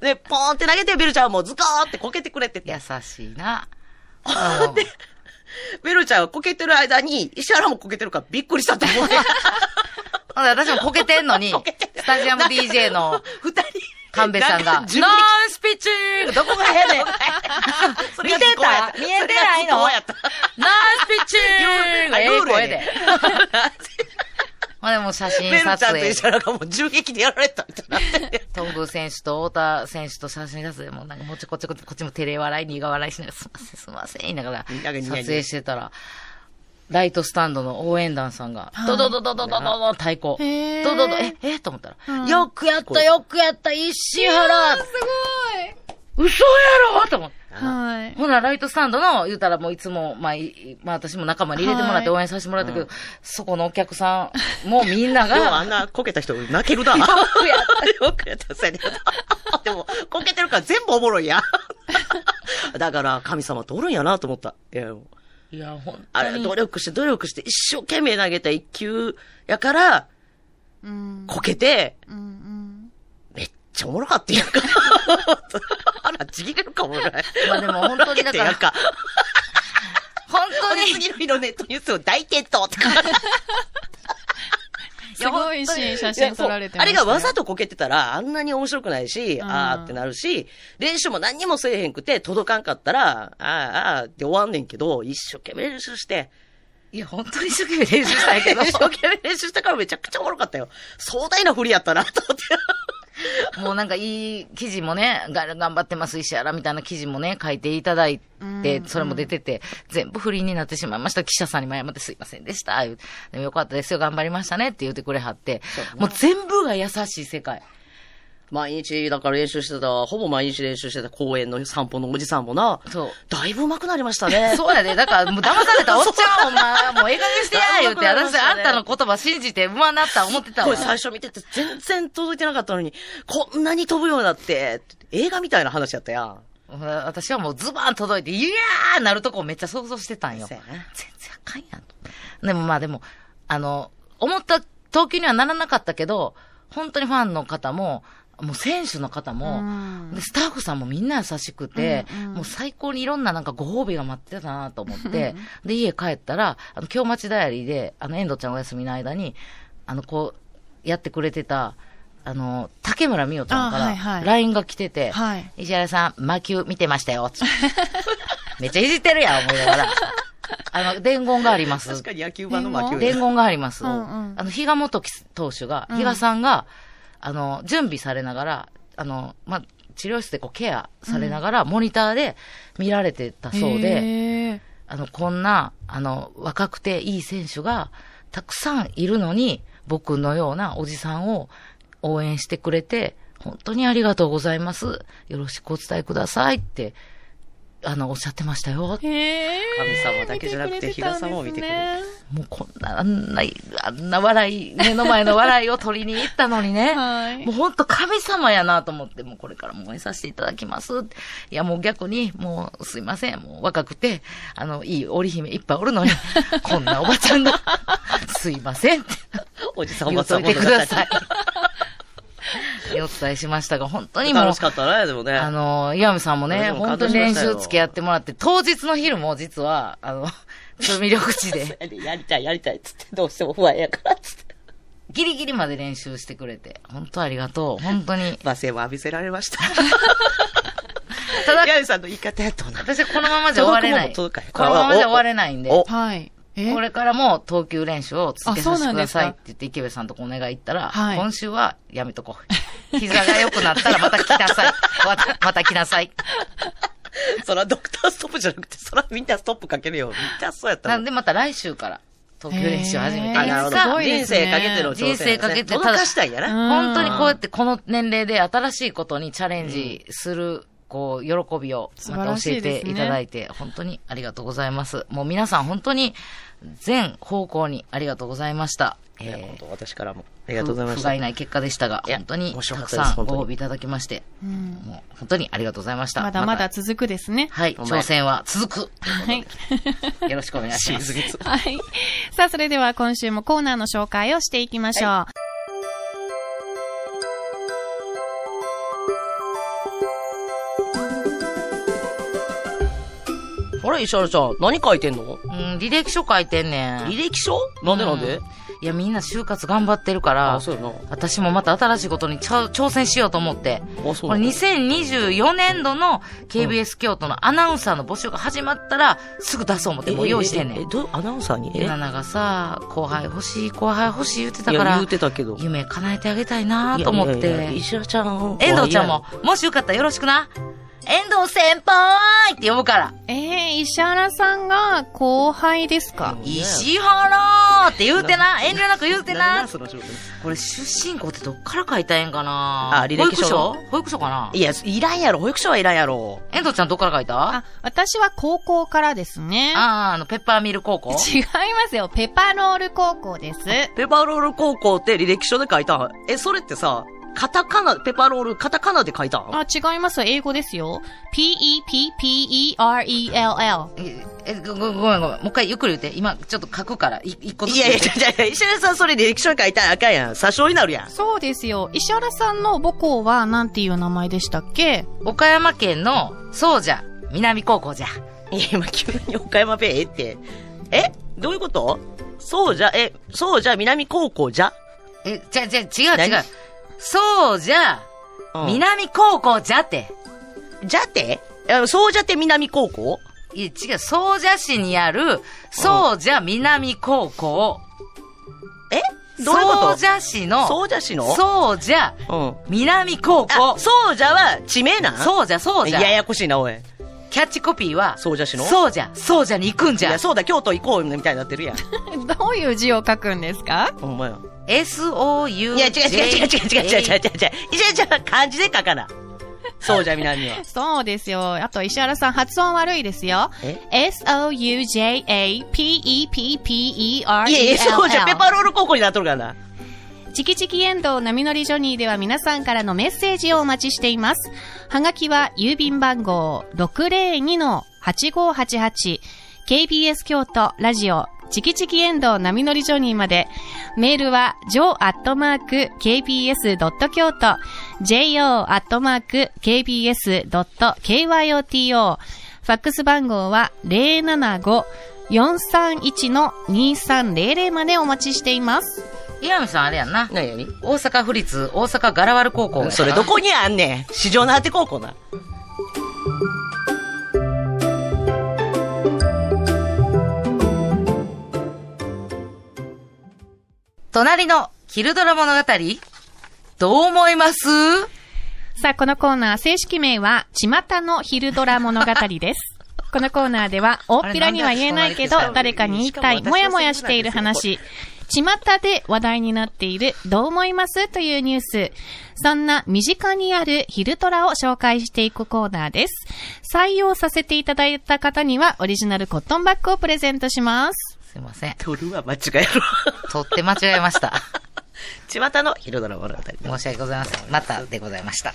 C: で、ポーンって投げて、ベルちゃんはもうズコーってこけてくれてて。
D: <laughs> 優しいな。あの
C: ベルちゃんはこけてる間に、石原もこけてるからびっくりしたと思うね。
D: ほんで私もこけてんのに、 <laughs> スタジアム DJ の
C: 二人。
D: 神戸さんが、
C: な
D: ナ
C: か
D: イ
C: 準備
D: スピッチング <laughs> どこが変ねん
C: そ
D: 見
C: れが
D: て
C: ズコーやった
D: 見えてな
C: それがズ
D: いの
C: コ
D: ナ
C: ー
D: イ
C: やっ
D: ス
C: た
D: ピッチングええ声で。ほんでもう写
C: <laughs>
D: 真
C: ベル
D: 撮
C: ちゃんと
D: 影
C: 石。原がもう銃撃でやられたみたいになってて。
D: トング選手と太田選手と写真撮影もなんかもうちょこちょこちょここっちも照れ笑い、苦笑いしながら、すいません、すいません、言いながら
C: みんながニ
D: 撮
C: ヤニヤ
D: 影してたら、ライトスタンドの応援団さんが、ドドドドドドドド太鼓。
E: へー
D: ドドド、え、えと思った
E: う
D: ら、
E: ん
D: よくやった、よくやった、石原
E: すご
D: 嘘やろと思って。
E: いはい。
D: ほな、ライトスタンドの、言うたらもういつも、まあ、いまあ私も仲間に入れてもらって
E: は
D: 応援させてもらったけど、そこのお客さんもみんな
C: でもあ
D: が、
C: んなこけた人泣ける
D: <laughs>
C: な。よくや <laughs> った。よくやった。そうやねでも、こけてるから全部おもろいや <laughs> ん。だから、神様っておるんやなと思った。いや、もう
D: いや、ほん
C: あれ、努力して努力して一生懸命投げた一球やから、
E: うん。
C: こけて、
E: うんうん。
C: めっちゃおもろかったやんか。 <laughs> あら、ちぎれるかもない。
D: まあでも本当にだから
C: なんか、
D: 本当
C: <laughs> 本
D: に、
C: 次の日のネットニュースを大転倒って書いてある
E: すごいシーン、写真撮られて
C: いやそうあれ
E: ましたよ
C: がわざとこけてたら、あんなに面白くないし、
E: ん
C: あーってなるし、練習も何にもせえへんくて、届かんかったら、あーあーって終わんねんけど、一生懸命練習して、
D: いや、本当に一生懸命練習したんやけど
C: 一生懸命練習したからめちゃくちゃおもろかったよ。壮大な振りやったな、と思って。 <laughs>
D: もうなんかいい記事もね、が頑張ってます、石原みたいな記事もね、書いていただいて、それも出てて、全部不倫になってしまいました。記者さんにも謝ってすいませんでした。言うてでもよかったですよ、頑張りましたねって言ってくれはって、もう全部が優しい世界。
C: 毎日、だから練習してた、ほぼ毎日練習してた公園の散歩のおじさんもな、
D: そう
C: だいぶ上手くなりました
E: <laughs>
C: ね。
D: そうやで、だからもう騙されたおっちゃん、お前、もうええ加
C: <laughs>
D: 減してや、言うて、
C: 騙さ
D: 私、あ
C: れ
D: ん
C: ました
D: た
C: ね
D: の言葉信じて、うまなった思ってた
C: こ
D: わ
C: れ。最初見てて全然届いてなかったのに、こんなに飛ぶようになって、映画みたいな話やったやん。
D: 私はもうズバン届いて、いやーなるとこめっちゃ想像してたんよ。
C: そうやな
D: 全然あかんやんと。でもまあでも、あの、思った投球にはならなかったけど、本当にファンの方も、もう選手の方も、
E: うん
D: でスタッフさんもみんな優しくて、
E: うんうん
D: もう最高にいろんななんかご褒美が待ってたなと思って、で、家帰ったら、あの、京町ダイアリーで、あの、遠藤ちゃんお休みの間に、あの、こう、やってくれてた、あの、竹村美代ちゃんか
E: あはいは
D: ら、
E: い
D: LINE が来てて、
E: はい
D: 石原さん、魔球見てましたよ、 <laughs> つってめっちゃいじってるやん、思いながら。あの、伝言があります。
C: 確かに野球盤の魔球
D: 伝言があります。
E: うんうん
D: あの、比嘉元樹投手が、比嘉さんが、あの、準備されながら、あの、まあ、治療室でこうケアされながら、モニターで見られてたそうで、
E: で。
D: あの、こんな、あの、若くていい選手が、たくさんいるのに、僕のようなおじさんを応援してくれて、本当にありがとうございます。よろしくお伝えくださいって、あの、おっしゃってましたよ。
E: へえ。
C: 神様だけじゃなくて日傘も見てくれて
E: たんで
D: もうこんな、あんな、あんな笑い、目の前の笑いを取りに行ったのにね。
E: <laughs> はい
D: もうほんと神様やなと思って、もうこれからも応援させていただきます。いや、もう逆に、もうすいません。もう若くて、あの、いい織姫いっぱいお
C: <laughs>
D: るのに、こんなおばちゃんが、すいませんって
C: おじさんお
D: 言
C: ば
D: っ
C: さ
D: と
C: ん
D: いてくださ
C: 物
D: い。お伝えしましたが、本当に
C: 語
D: もう
C: 楽し、かったね、でもね。
D: あの、岩見さんもね、
C: 私も
D: 本
C: 感動
D: 当に
C: しま
D: 練
C: したよ
D: 習付き合ってもらって、当日の昼も実は、あの、 <laughs> 緑口で。
C: やりたい、やりたいっつって、どうしても不安やからっつって。。
D: ギリギリまで練習してくれて、本当ありがとう。本当に
C: 罵声を浴びせられま <laughs> した。
D: ただ、
C: ヤミさんの言い方やとな。
D: 私はこのままじゃ終われない。こ
C: 届くもん届かへん
D: のままじゃ終われないんで、
C: おお
D: こ
E: はい。え
D: れからも投球練習を続けさ
E: あ
D: せ
E: そう
D: て
E: な
D: く
E: ん
D: だ
E: です
D: さ
E: か
D: いって言って、池部さんとこお願い行ったら、
E: はい
D: 今週はやめとこう。 <laughs> 膝が良くなったらまた来なさい。また、また来なさい。
C: そらドクターストップじゃなくて、そらみんなストップかけるよ。みんなそうやったも
D: なんでまた来週から投球練習を始めて、
E: へー
C: あ、
D: い
C: なるほ
D: つ
C: ど
E: す
D: か
E: ごいで
C: 人
E: すね
C: 生かけての挑戦、ね。
D: 人生かけて、
C: ただ。したいんやな。
E: うん
D: 本当にこうやってこの年齢で新しいことにチャレンジする、こう、喜びを
E: 素
D: ま
E: 晴
D: た
E: ら
D: 教
E: し
D: え
E: いですね
D: ていただいて、本当にありがとうございます。もう皆さん本当に全方向にありがとうございました。
C: いや
D: え
C: 本
D: ー
C: 当私からも。ありがとうございま
D: 不
C: し
D: 甲
C: た。
D: 斐ない結果でしたが、
C: いや
D: 本当に
C: 面白
D: た
C: かっ
D: く
C: たです
D: さん
C: 本当に
D: ご応募いただきまして、
E: うん
D: もう本当にありがとうございました。
E: まだまだ続くですね。
D: はい、
C: ほんまや
D: 挑戦は続く。
E: はい。
D: よろしくお願いし
C: シ
D: ま
C: ー
D: <laughs> す
C: ズ。ン月
E: はい。さあ、それでは今週もコーナーの紹介をしていきましょう。
C: あれ、石原ちゃん、何書いてんの
D: うん、履歴書書いてんねん。
C: 履歴書なんでなんで、
D: うんいや、みんな就活頑張ってるから、
C: あ、そうやな。
D: 私もまた新しいことにちゃ挑戦しようと思って。
C: あ、そう
D: こ
C: な
D: れ
C: んだ
D: 2024年度の KBS 京都のアナウンサーの募集が始まったら、すぐ出そう思ってもう用意してんね
C: えええ
D: ん。
C: どうアナウンサーに
D: ゆなながさ、後輩欲しい、後輩欲しい言ってた
C: い
D: か
C: や
D: ら
C: 言う、てたけど。
D: 夢叶えてあげたいなと思っ
C: いやいやいや
D: て。
C: 石原ちゃん。
D: 遠藤ちゃんも、もしよかったらよろしくな。遠藤先輩って呼ぶから、
E: えー、石原さんが後輩ですか
C: いや
D: 石原って言うてな、遠慮なく言うて
C: いや。
D: な
C: な。その仕事
D: これ出身校ってどっから書いたらええんかな
C: あ履歴書
D: 保育所保育所かない
C: や、いらんやろ。保育所はいらんやろ。
D: 遠藤ちゃんどっから書いたあ
E: あ、私は高校からですね。
D: あー、あの、ペッパーミル高校
E: 違いますよ。ペパロール高校です。
C: ペパロール高校って履歴書で書いたんえ、それってさ、カタカナ、ペパロール、カタカナで書いたん
E: あ、違いますよ。英語ですよ。P-E-P-P-E-R-E-L-L。
D: え、えごごごめんごめん。もう一回ゆっくり言って。今、ちょっと書くから、い一個ずつ
C: いやいや、いやいや、石原さんそれ履歴書に書いたらあかんやん。詐称になるやん。
E: そうですよ。石原さんの母校はなんていう名前でしたっけ
D: 岡山県の、そうじゃ、南高校じゃ。
C: いや、今急に岡山ペイって。えどういうことそうじゃ、え、そうじゃ、南高校じゃ、
D: え、じゃ、じゃ、違う違
C: 何
D: う。そうじゃ、
C: うん
D: 南高校じゃって。
C: じゃってえそうじゃって南高校
D: いや、違う。総社市にある、そうじゃ南高校。
C: えどういうこと
D: 総社市の、
C: そうじゃ市の
D: そうじゃ、
C: うん。
D: 南高
C: あ
D: 校、。
C: そうじゃは地名なん
D: そうじゃ、そうじゃ。
C: ややこしいな、おい。
D: キャッチコピーは、
C: そうじゃ市の
D: そうじゃ、そうじゃに行くん
C: い
D: じゃ
C: や、。そうだ、京都行こうみたいになってるやん。
E: <laughs> どういう字を書くんですか
C: ほんまや。
D: SOU。
C: いや、違う違う違う違う違う違う違う違う違う。違う違う、漢字で書かな。そうじゃ南は。
E: そうですよ。あと石原さん発音悪いですよ。
C: え
E: S-O-U-J-A-P-E-P-P-E-R-E-L-L。
C: いやいや、そうじゃ、ペパロール高校になっとるからな。
E: チキチキエンドウ波乗りジョニーでは皆さんからのメッセージをお待ちしています。はがきは郵便番号602-8588 KBS 京都ラジオチキチキエンドウ波乗りジョニーまで、メールは jo.kbs.kyoto、jo.kbs.kyoto、ファックス番号は075-431-2300までお待ちしています。
D: 岩見さんあれやんな。
C: 何何
D: 大阪府立大阪ガラワル高校やから
C: それどこにあんねん市場のあて高校な。
D: 隣のキルドラ物語どう思います
E: さあ、このコーナー正式名は、巷の昼ドラ物語
D: <laughs>
E: です。このコーナーでは、大っぴらには言えないけど
D: あれな、ん
E: 誰かに言いたい、もやもやしている話、巷で話題になっている、どう思いますというニュース。そんな身近にある昼ドラを紹介していくコーナーです。採用させていただいた方には、オリジナルコットンバッグをプレゼントします。
D: すいません。
C: 取るは間違えろ。
D: 取って間違えました。
C: 巷の昼ドラ物語で
D: 申し訳ございません。またでございました。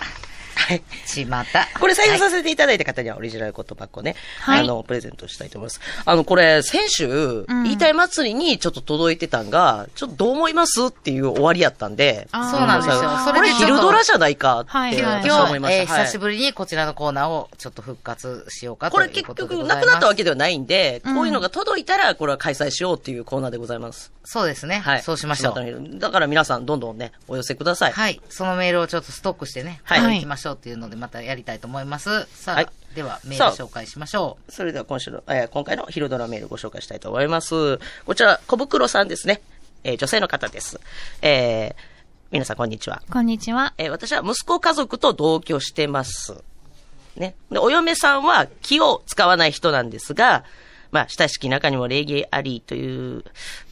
C: はい。
D: ちまた。
C: これ採用させていただいた方にはオリジナル言葉をね、
E: はい
C: あの、プレゼントしたいと思います。あの、これ、先週、言いたい祭りにちょっと届いてたんが、ちょっとどう思いますっていう終わりやったんで、
E: あー
D: そうなんですよ。そ
C: こ
D: れで
C: れ
D: ちょっと
C: 昼ドラじゃないかって
E: はいはい
C: 私
D: 今
C: は
D: 日
C: 思い、ま
D: えー
C: した。
D: 久しぶりにこちらのコーナーをちょっと復活しようか
C: こと
D: い
C: れ
D: う
C: 結
D: ことで
C: 局
D: ご
C: な
D: ざい
C: く
D: ます。
C: なったわけではないんで、こういうのが届いたら、これは開催しようっていうコーナーでございます。
D: そうですね。
C: はい。
D: そうしましょう。
C: う。だから皆さん、どんどんね、お寄せください。
D: はい。そのメールをちょっとストックしてね、
C: はい
D: はい。行きましょうっていうので、またやりたいと思います。さあ、
C: はい
D: ではメール紹介しましょ
C: それでは今週の、えー今回の昼ドラメールご紹介したいと思います。こちら、小袋さんですね。えー女性の方です。えー皆さんこんにちは。
E: こんにちは。
C: えー私は息子家族と同居してます。ね。で、お嫁さんは気を使わない人なんですが、まあ、親しき中にも礼儀ありという、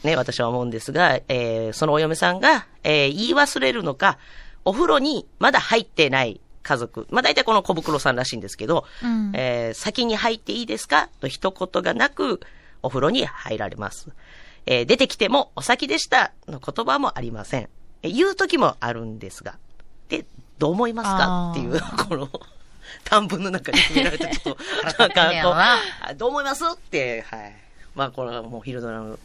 C: ね、私は思うんですが、えーそのお嫁さんが、えー言い忘れるのか、お風呂にまだ入ってない家族、まあ、大体この小袋さんらしいんですけど、
E: うん
C: えー先に入っていいですかと一言がなく、お風呂に入られます。えー出てきてもお先でしたの言葉もありません。えー言う時もあるんですが、で、どう思いますか
E: あー
C: っていう、この、 <laughs> 短文の中に決められたちょっと、 <laughs> なん
D: 腹立つねやろな
C: かこう、どう思いますって、はい。まあ、これはもう昼ドラの、
D: う。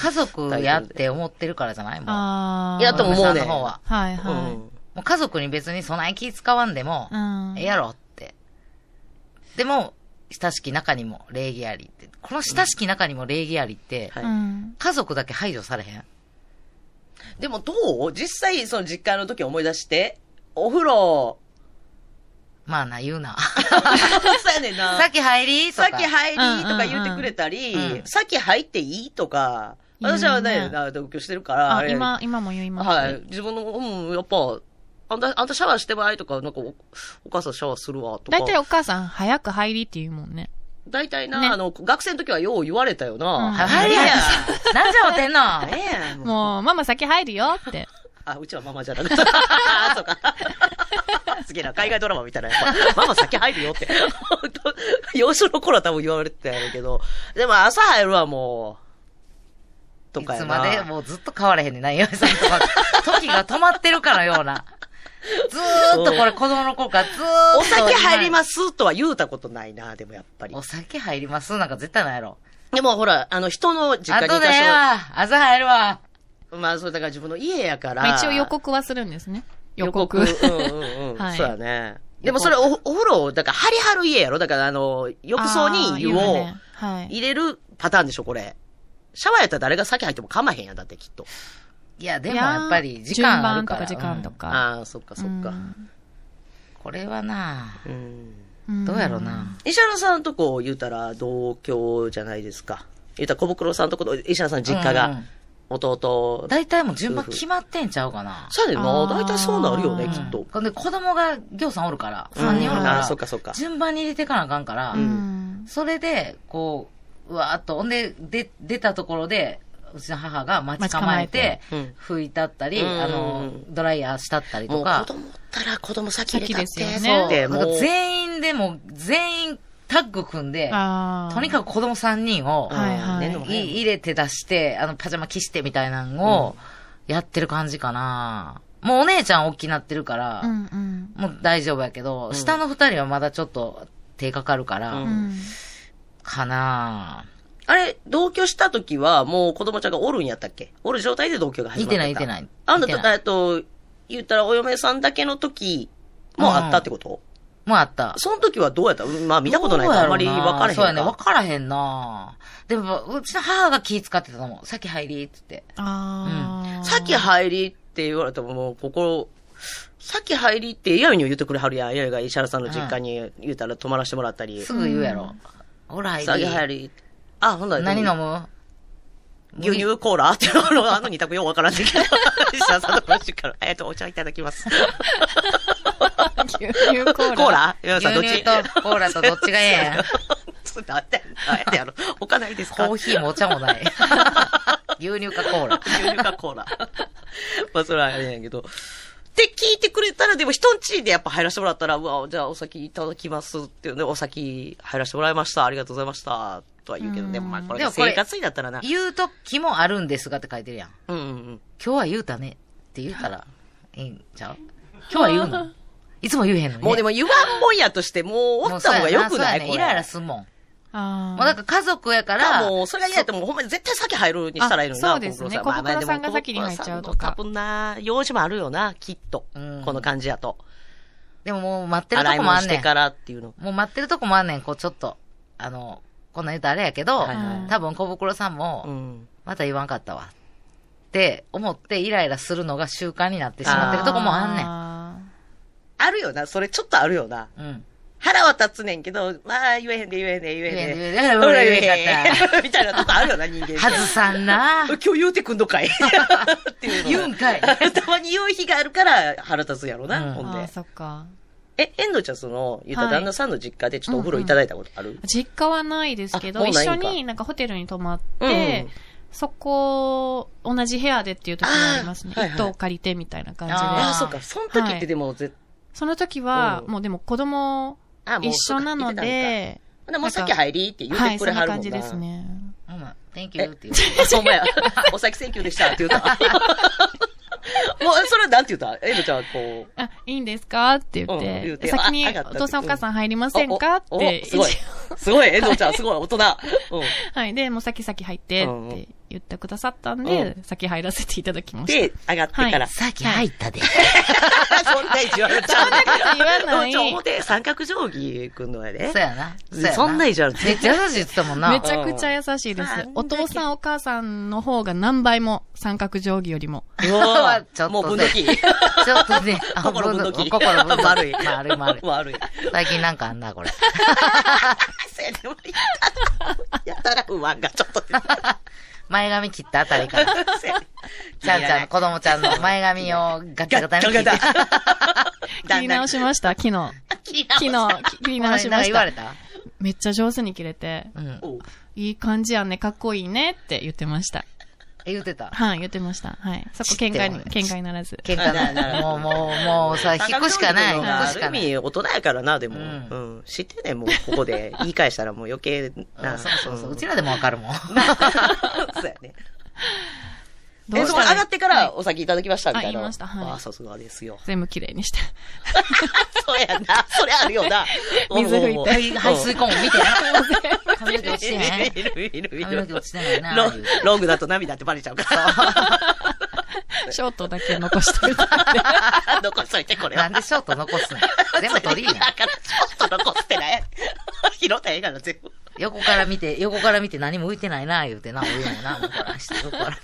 D: 家族やって思ってるからじゃないも
E: あ
D: う。
E: ー
C: やと思うね
D: お嫁さんの方は。
E: はいは
C: う
E: い。
C: ん。
D: もう家族に別に備え気使わんでも、
E: うん
D: ええやろって。でも、親しき中にも礼儀ありって。この親しき中にも礼儀ありって、
C: はい
E: うん
D: 家族だけ排除されへん。
C: でもどう実際、その実家の時思い出して、お風呂、
D: まあな、言うな。
C: そうやねんな。
D: <laughs> さっき入りと
C: さ
D: か。
C: っき入りとか言ってくれたり、
D: うんうんうんうん
C: さっき入っていいとか、
E: 言うね
C: 私はね、な同居してるから、あ
E: あ、
C: れ
E: 今、今も言います。
C: はい。自分の、うん、やっぱ、あんた、あんたシャワーしてばいとか、なんかお、お母さんシャワーするわとか。
E: だいたいお母さん、早く入りって言うもんね。
C: 大体な、
E: ね
C: あの、学生の時はよう言われたよな。
E: うん
D: 入りや
C: や。
D: なんじゃおてんの
C: あれやん。
E: もう、ママ先入るよって。
D: <laughs>
C: あ、うちはママじゃなかった。あー、 <laughs> そうか。すげえな、海外ドラマみたいな。やっぱママ先入るよって。本当幼少の頃は多分言われてたんやろうけど。でも朝入るわ、もう。 <laughs> と
D: い
C: かや
D: つ
C: な。
D: までもうずっと変わらへんねんな、岩井さんと
C: <laughs>
D: か。時が止まってるかのような。ずーっとこれ子供の頃からずーっと。
C: お酒入り
D: す。
C: ますとは言うたことないな、でもやっぱり
D: お。酒入りますなんか絶対ないやろ。
C: でもほら、あの人の実家に行
D: 後
C: か
D: で
C: せ
D: ええわ。朝入るわ。
C: まあそう、だから自分の家やから。
E: まあ、一応予告はするんですね。予告。
C: うんうんうん。
E: はい
C: そうだね。でもそれお、お風呂、だから、張り張る家やろだから、あの、浴槽に湯
E: あー
C: を
E: ねはい。
C: 入れるパターンでしょ、これ。シャワーやったら誰が先入っても構まへんやん、だってきっと。
D: いや、でもやっぱり時間あるから。
E: 順番とか時間とか。
C: ああー、そっかそっか。
D: うんこれはな、
C: うん。
E: ん
D: どうやろう。な。
C: 石原さんとこ言うたら、同居じゃないですか。言うたら、小袋さんとこと、石原さん実家
D: うんう
C: が
D: ん、
C: 弟。
D: 大体もう順番決まってんちゃうかな。
C: そうやねんな。
E: あー
C: 大体そうなるよね、きっと。
D: ほんで、子供がぎょうさんおるから、3人おるか
C: うんあ
D: ら、
C: ーそっかそっか
D: 順番に入れてかなあかんから、
E: う
C: うん
E: ん。
D: それで、こう、うわーっと、ほんで、で、出たところで、うちの母が待ち構えて
C: 待ち構えて、
D: 拭いたったり、
C: うん
D: あの、ドライヤーしたったり
C: も
D: と
C: う
D: か
C: 子、供おったら子供先入れたって。
E: 先ですよね
D: そ
C: で
D: う、
C: も
D: なんか
C: う
D: 全員でも、全員タッグ組んで、
E: ああ。
D: とにかく子供3人を、
E: はいはい
C: うん寝んのも
D: い
C: 早いもん
D: 入れて出して、あの、パジャマ着してみたいなのを、やってる感じかな。もうお姉ちゃん大きなってるから、
E: うんうん。
D: もう大丈夫やけど、下の二人はまだちょっと手かかるから、
C: う
E: うん。
D: かな
C: あれ、同居した時は、もう子供ちゃんがおるんやったっけおる状態で同居が始まった
D: いてないいてない
C: あん
D: いて
C: た、
D: な
C: えっと、言ったらお嫁さんだけの時もあったってこと、
D: もうあった。
C: その時はどうやったうんまあ見たことない
D: ど
C: か
D: う
C: ら
D: や
C: あ
D: ろ
C: んま
D: う
C: り分からへんか。
D: そうやね、分からへんなでも、うちの母が気使ってたのもん。先入り、つって。
E: ああ。
C: さっき入りって言われても、もう心、さっき入りって、やよに言ってくれはるやん。やよが石原さんの実家に言うたら泊まらせてもらったり。
D: す
C: さ
D: ぐ言うやろ。ほら、
C: っき入
D: 入り。
C: り。あ、ほんなら。
D: 何飲む
C: 牛乳コーラってあの、あの二択ようわからんねんけ
D: <laughs>
C: ど。石原さんの話から。えっと、お茶いただきます。
E: 牛乳コー
C: コ
E: ラ。
C: ーラ岩
D: 牛
C: 井さんどっち
D: 乳とコーラとどっちがええんや。
C: そうだって、だってやろ。おかないです
D: コ
C: か
D: ーヒーもお茶も
C: <laughs>
D: ない。牛乳かコーラ。
C: 牛乳かコーラ。まあ、それはあれやねんけど。って聞いてくれたら、でも人んちでやっぱ入らせてもらったら、うわ、じゃあお先いただきますっていうね、お先入らせてもらいました。ありがとうございました。とは言うけどね、まあこれ
D: で
C: が
D: もこれ
C: 生活費だったらな。
D: 言うときもあるんですがって書いてるやん。
C: うんうんうん。
D: 今日は言うたねって言うたら、いいんちゃう今日は言うのいつも言えへんのにね。
C: もうでも言わんもんやとして、もうおった方が良くない
D: もうそうやなそうやね
C: これ
D: イライラすんもん。も
E: あ
D: う
E: あ。
D: だから家族やから、
C: もう、それが嫌やったら、もうほんまに絶対先入るにしたらいいのにな、
E: あそうですね
C: 小袋
E: 小袋さんが先に入っちゃうとか
C: まあまあでも小袋さんの多分な、用事もあるよな、きっと。
D: うん
C: この感じやと。
D: でももう待ってると
C: 洗い
D: こも
C: 物
D: あん
C: し
D: ね
C: て
D: ん。
C: からっていうの。
D: もう待ってるとこもあんねん、こうちょっと。あの、こんなん言うとあれやけど、
C: はいはい
D: 多分小袋さん
C: う
D: も、
C: ん。
D: また言わんかったわ。って思ってイライラするのが習慣になってしまってるとこもあんねん。
E: ん
C: あるよな、それちょっとあるよな。
D: うん。
C: 腹は立つねんけど、まあ、言えへんで言えへんで言えへんで。
D: 言えへんで言えへんで
C: ほら
D: 俺
C: 言
D: 言えへんか
C: え
D: った
C: へんみたいなとこあるよな、人間。
D: はずさん
C: <laughs>
D: な
C: 今日言うてくんのかいっていうの
D: 言うんかい。
C: <laughs> たまに言う日があるから腹立つんやろな、
D: うん
C: ほん
E: ああ、
C: で。
E: そっか。
C: え、遠藤ちゃん、その、言ったら
E: はい
C: 旦那さんの実家でちょっとお風呂いただいたことある、
E: 実家はないですけ
C: あ
E: ど、
C: もう
E: 一
C: ないんか
E: 緒になんかホテルに泊まっ
C: うん
E: て、そこ、同じ部屋でっていう時もありますね。
C: あーはいはい
E: 一棟借りてみたいな感じで。
C: あ
D: あ
C: あ、
D: ー
C: そうか。その時っ
E: は
C: て
E: い
C: でも、ぜ
E: その時は、
C: うん
E: もうでも子供
C: あもう
E: 一緒なので、
C: ほなもう先入りって言う
E: は
C: て
E: い、
C: く
E: そ
C: れ
E: ん
C: は
E: な
C: るも
E: 感
C: ん
E: じ
C: な。
E: ですね。
D: うん。Thank you って言う。
C: あ、そうや。 <laughs> お先請求でしたって言うた。 <laughs> もう、それはなんて言うたエイドちゃんはこう。
E: あ、いいんですかって言っ
C: うん言うて
E: て、先に
C: ああが
E: お
C: った
E: 父さんお母さん入りませんかっ
C: おお
E: て、
C: おすごい
E: 一応。
C: すごい、エイドちゃん、すごい、大人。うん。
E: はい、で、もう先先入って
C: うんうん
E: って言ってくださったんで、先入らせていただきました。
C: で、上がってから。
E: はい
D: さっき入ったで。
C: <laughs> そんな意地悪ちゃうね。
E: 言わない
C: ちょ、表、三角定規くんのやで。
D: そうやな。うや
C: そんな意地
E: <laughs>
C: 悪。
D: めっちゃ優しいって言ってたもんな。
E: めちゃくちゃ優しいです
C: あ。
E: お父さんお母さんの方が何倍も三角定規よりも。
C: うわ
D: ちょっとね
C: もう分度
E: <laughs>
C: 器。
D: ちょっとね、あ
C: <laughs> 心分度器。
D: 心
C: <laughs>
D: 分度器
C: 丸い。
D: 丸い丸い。
C: 丸い。
D: <laughs> 最近なんかあんな、これ。
C: せでもやたら不安がちょっと出てき
D: 前髪切ったあたりから。
C: た。せやね
D: ちゃんちゃん、子供ちゃんの前髪をガッタガタに切って。
E: 切り直しました、昨
D: <laughs>
E: 日。昨日、き切り直し
D: なん
E: ま
D: か
E: し
D: 言わ
E: た
D: れ。た
E: めっちゃ上手に切れて、
D: うん。
C: おう
E: いい感じやね、かっこいいねって言ってました。
D: 言ってた。
E: はい、言ってました。はい。そこ、喧嘩に、喧嘩にならず。
D: 喧嘩
C: あなる
D: な。も
C: ほど
D: う、もう、もうさ、引っ越しかない。引っ
C: あ
D: 越し
C: る
D: かない。
C: 意味、大人やからな、でも。う
D: うん
C: ん。知ってんねんもうここで。言い返したらもう余計な。
D: そうそうそう。うんちらでもわかるもん。
C: そうやね。え、そこ上がってからお酒いただきましたみたいな。
E: あ言いましたはい。
C: ああ、さすがですよ
E: 全部綺麗にした。
C: そうやな。それあるよな。
E: 水拭
C: おう
E: いて
C: おうおう
D: 排排水口も見てな。髪の毛落ちてへ
C: <laughs>
D: ん
C: いるいるい
D: 髪の毛
C: る。
D: 落ちてないな。
C: ロ
D: 言う
C: ン
D: て
C: ロングだと涙ってバレちゃう
D: <laughs>
C: から。
E: <laughs> ショートだけ残してる。
C: 残しといて、これ
D: な
C: は
D: ん。でショート残すの全部取りい
C: だ
D: な。
C: から、ちょっと残ってない。拾ったらええから、全部。
D: 横から見て、横から見て何も浮いてないな、言うてな、俺もな、横からして、横からして。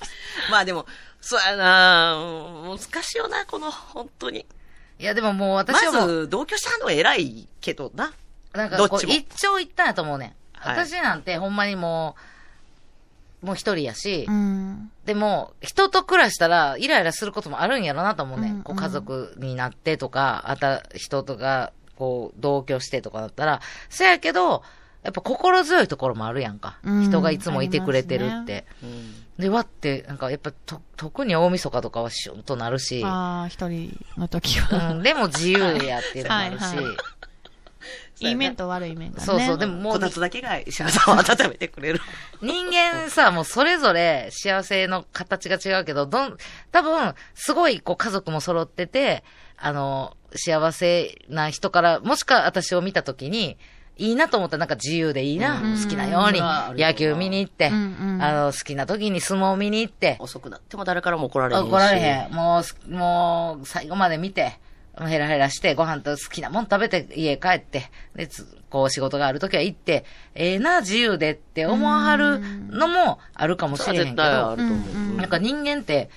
C: まあでも、そうやなうん難しいよな、この、本当に。
D: いや、でももう私
C: ま
D: はもう、
C: ず、同居したのは偉いけどな。
D: なんか
C: ど
D: こ
C: っ
D: う、
C: ちも
D: 一長一短やと思うねん。
C: はい
D: 私なんてほんまにもう、もう一人やし、
E: うん。
D: でも、人と暮らしたら、イライラすることもあるんやろなと思うねん。
E: うん
D: こう家族になってとか、あた、人とか、こう、同居してとかだったら、せやけど、やっぱ心強いところもあるやんか。
E: うん
D: 人がいつもいてくれてるって。
C: うん。
D: で、わって、なんかやっぱと、特に大晦日とかはシュンとなるし、
E: ああ、一人の時
D: う
E: は。
D: ん、でも自由やっていうのもあるし、
E: <laughs> はいはいはいいい面と悪い面がね。
D: そうそう、でもも
C: こ
D: う
C: たつだけが石原さんを温めてくれる。
D: 人間さ、もうそれぞれ幸せの形が違うけど、どん、多分、すごい、こう、家族も揃ってて、あの、幸せな人から、もしか私を見たときに、いいなと思ったらなんか自由でいいな。
E: うん
D: 好きなように
C: うんあるよな
D: 野球見に行って、
E: うんうん
D: あの、好きな時に相撲見に行って、
C: 遅くなっても誰からも怒られへんし。
D: 怒られへん。もうす、もう、最後まで見て、ヘラヘラして、ご飯と好きなもん食べて、家帰って、で、つこう、仕事がある時は行って、ええな、自由でって思わはるのもあるかもし
C: そ
D: れ
C: れは
D: へ
C: 絶
D: んけど、
C: 対あると思う。
E: うん
D: なんか人間って、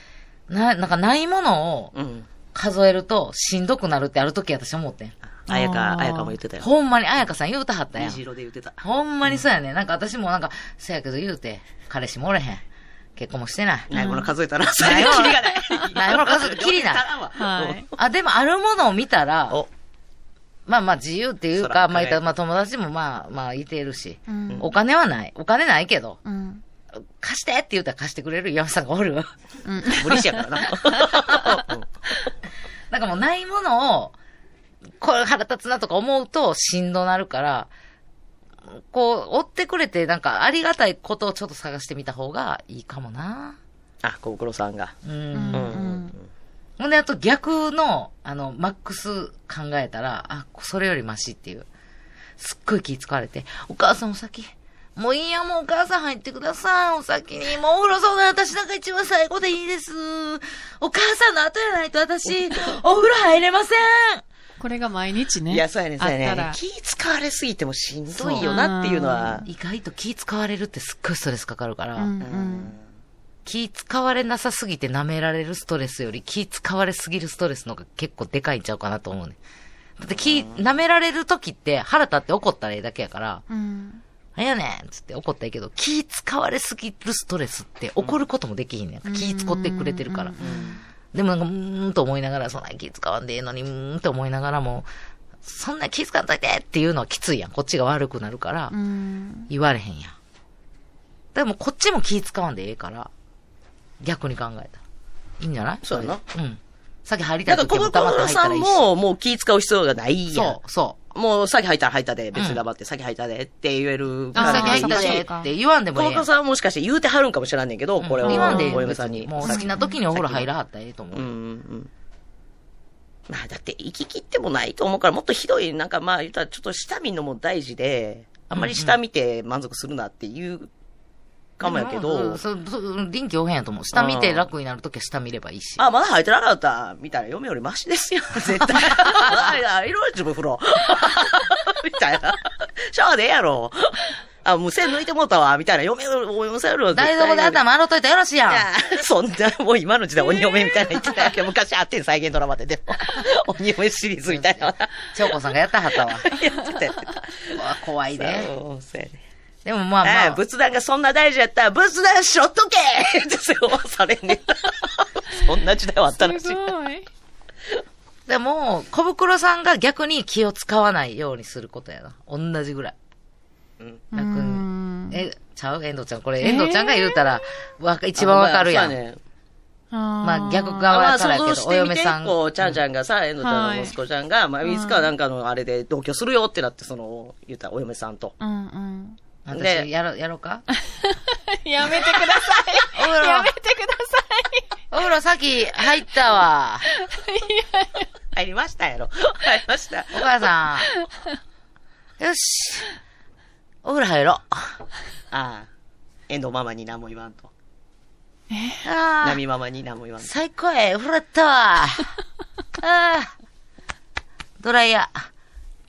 D: な、なんかないものを
C: うん。
D: 数えるとしんどくなるってある時私思ってん。
C: あや
E: あ
C: か、
E: ー
C: あやかも言ってたよ。
D: ほんまに、彩香さん言うたはったやん
C: 虹。色で言ってた。
D: ほんまにそうやね。なんか私もなんか、せやけど言うて、彼氏もおれへん。結婚もしてない。
C: ないもの数えたら、そ
D: な
C: れ
D: い
C: キ
D: もの
C: リがない。
D: ないもの数えたらキリない
C: 足らんわ
E: はい。
D: あ、でもあるものを見たら、
C: お、
D: まあまあ自由っていう
C: そら
D: か、まあ言っ
C: 輝
D: たら
C: く
D: まあ友達もまあまあいてるし、
E: うん
D: お金はない。お金ないけど、
E: うん。
D: 貸してって言ったら貸してくれる山さんがおる <laughs> わ。
E: うん。
C: 無理しやからな。うん
D: なんかもうないものを、これ腹立つなとか思うとしんどなるから、こう、追ってくれて、なんかありがたいことをちょっと探してみた方がいいかもな。
C: <laughs> あ、小袋さんが。
D: う。
E: うんん
D: ほんで、あと逆の、あの、マックス考えたら、あ、それよりマシっていう。すっごい気使われて、お母さんお先。もういいや、もうお母さん入ってください、お先に。もうお風呂そうだ、私なんか一番最後でいいです。お母さんの後やないと私、お風呂入れません。
E: これが毎日ね。
C: いや、そうやね、そうや
E: あった
C: ね
E: ら。
C: 気使われすぎてもしんどいよなっていうのは。
D: 意外と気使われるってすっごいストレスかかるから、
E: うんうん。
D: 気使われなさすぎて舐められるストレスより気使われすぎるストレスの方が結構でかいんちゃうかなと思うね。だって気、舐められる時って腹立って怒ったらええだけやから、
E: うん。
D: なんやねんつって怒ったらええけど、気使われすぎるストレスって怒ることもできひんねん。気使ってくれてるから。でもなんか、うーんと思いながら、そんな気使わんでええのに、うーんと思いながらも、そんな気使わんといてっていうのはきついやん。こっちが悪くなるから
E: う、ん。
D: 言われへんやん。でもこっちも気使わんでええから、逆に考えたら。いいんじゃない
C: そうやな
D: れでうん。先入りた
C: だ
D: い
C: から、
D: 時
C: 小
D: は黙って
C: 袋
D: 入った
C: さ
D: らい
C: ん
D: いし。
C: も、もう気使う必要がないやん
D: そう、そう。
C: もう、先入ったら入ったで、別に黙って、先入ったでって言える
E: あ
C: から
D: あ、先入
E: そ
D: っ
E: うか
D: た
E: そう
D: で
E: か
D: って言わんでも
C: 小
D: ええや
C: 袋
D: ん。
C: さんはもしかして言うてはるんかもしらんねんけど、これを、
D: うん言わんでええ
C: お嫁さんに。
D: 別もう好きな時にお風呂入らはったらええと思
C: うんう
D: う。
C: ん。まあ、だって、行き切ってもないと思うから、もっとひどい、なんかまあ、言ったら、ちょっと下見んのも大事で、あんまり下見て満足するなっていうかもやけ
D: で
C: ど
D: も、そう、そう臨機応変やと思う。下見て楽になる時は下見ればいいし。
C: あ、まだ入ってなかった、みたいな、嫁よりマシです
D: <laughs>
C: よ、絶対。あいや、いろいろ自分風呂。 <laughs> みたいな。シャワーでええやろ。あ、無線抜いてもうたわ、みたいな。嫁より、お嫁さんよりは絶対
D: 台所で頭洗っといたらよろしいやん
C: い。や <laughs> そんな、もう今の時代鬼嫁みたいな言ってないけど、昔あってん、再現ドラマで、でも。
D: <laughs>
C: 鬼嫁シリーズみたいな。
D: 京子さんがやった
C: <laughs>
D: はったわ。
C: やってたやってた
D: うわ怖いで。
C: そうそうやね
D: でもまあま
C: ああ
D: あ。
C: 仏壇がそんな大事やったら、仏壇しょっとけって背負わされん
D: <laughs>
C: ねんそんな時代はあったらしい
E: す。ごい。
D: でも、小袋さんが逆に気を使わないようにすることやな。同じぐらい。楽
E: う
D: に。
E: ん
D: え、ちゃう遠藤ちゃん。こ
E: え
D: れ、
E: ー
D: 遠藤ちゃんが言うたら、わか、一番わかるや
C: あ
D: ん。
C: ほまそうね
D: まあ逆
E: が
D: 側
C: ま
D: や
C: あ
D: からや
C: 想
D: け
C: 像
D: ど、
C: し
D: お
C: てみ
D: 嫁
C: て
D: さん。
C: こう、ちゃんちゃんがさ、えのちゃんの息子ちゃんが、まあ、いつかなんかのあれで同居するよってなって、その、言ったらお嫁さんと。
E: うんうん。
D: 私、
C: で
D: やろ、やろうか
E: やめてくだ
D: お風
E: さい。や
D: 呂
E: め、てくだ
D: お風呂さっき入ったわ。
C: 入りましたやろ。 <laughs> 入りました。
D: お母さん。よし。お風呂入ろう。
C: ああ。遠藤ママに何も言わんと。
D: あー
C: 波ママに何も言わんと。
D: 最高や、お風呂やっ
C: <laughs>
D: たわ。あードライヤー。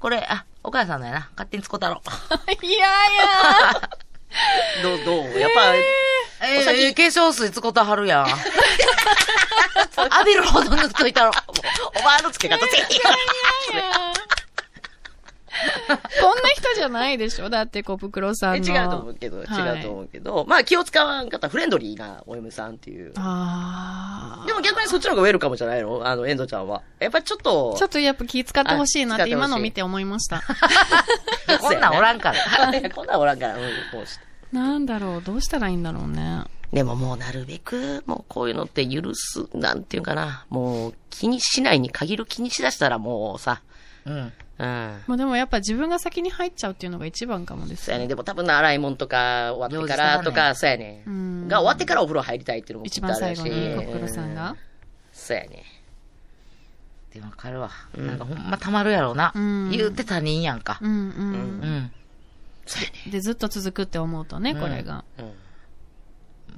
D: これ、あ、お母さんのやな。勝手に使うたろう。
E: さい。いやいや。
C: どう、どうやっぱ、
D: えー、えー化粧水使ったはるやん。浴びるほど塗っといたろ。
C: お前の付け方全員や
E: こんな人じゃないでしょだって、小袋さ
C: え
E: んの。
C: 違うと思うけど、
E: はい
C: 違うと思うけど。まあ気を使わんかったらフレンドリーなお嫁さんっていう。
E: あ
C: でも逆にそっちの方がウェルカムじゃないのあの、遠藤ちゃんは。やっぱちょっと
E: あ。ちょっとやっぱ気使ってほしいなっ
C: あ気
E: て
C: 遣ってほしい
E: 今の見て思いました。
D: こんなんおらんから。
C: い <laughs> やこんなんおらんから、うん、こうして。
E: なんだろう、どうしたらいいんだろうね。
C: でももうなるべく、もうこういうのって許す、なんていうかな。もう気にしないに限る気にしだしたらもうさ、
D: うん。
C: うん。
E: まあでもやっぱ自分が先に入っちゃうっていうのが一番かもです
C: そうやね。でも多分な、洗い物とか終わってか
D: 用
C: ら
D: 事と
C: と
D: かね
C: か、そうやね
E: う。ん
C: が終わってからお風呂入りたいっていうのもき
E: 一
C: っと
E: 番
C: あるや
E: 最
C: し
E: 後に小袋さん
C: う
E: が。
C: そうやね。
D: でもわかるわ。なんかほんまたまるやろうな。
E: うん
D: 言うて他人やんか
E: う。んうん。
D: うん。
E: で、ずっと続くって思うとね、これが。
C: うん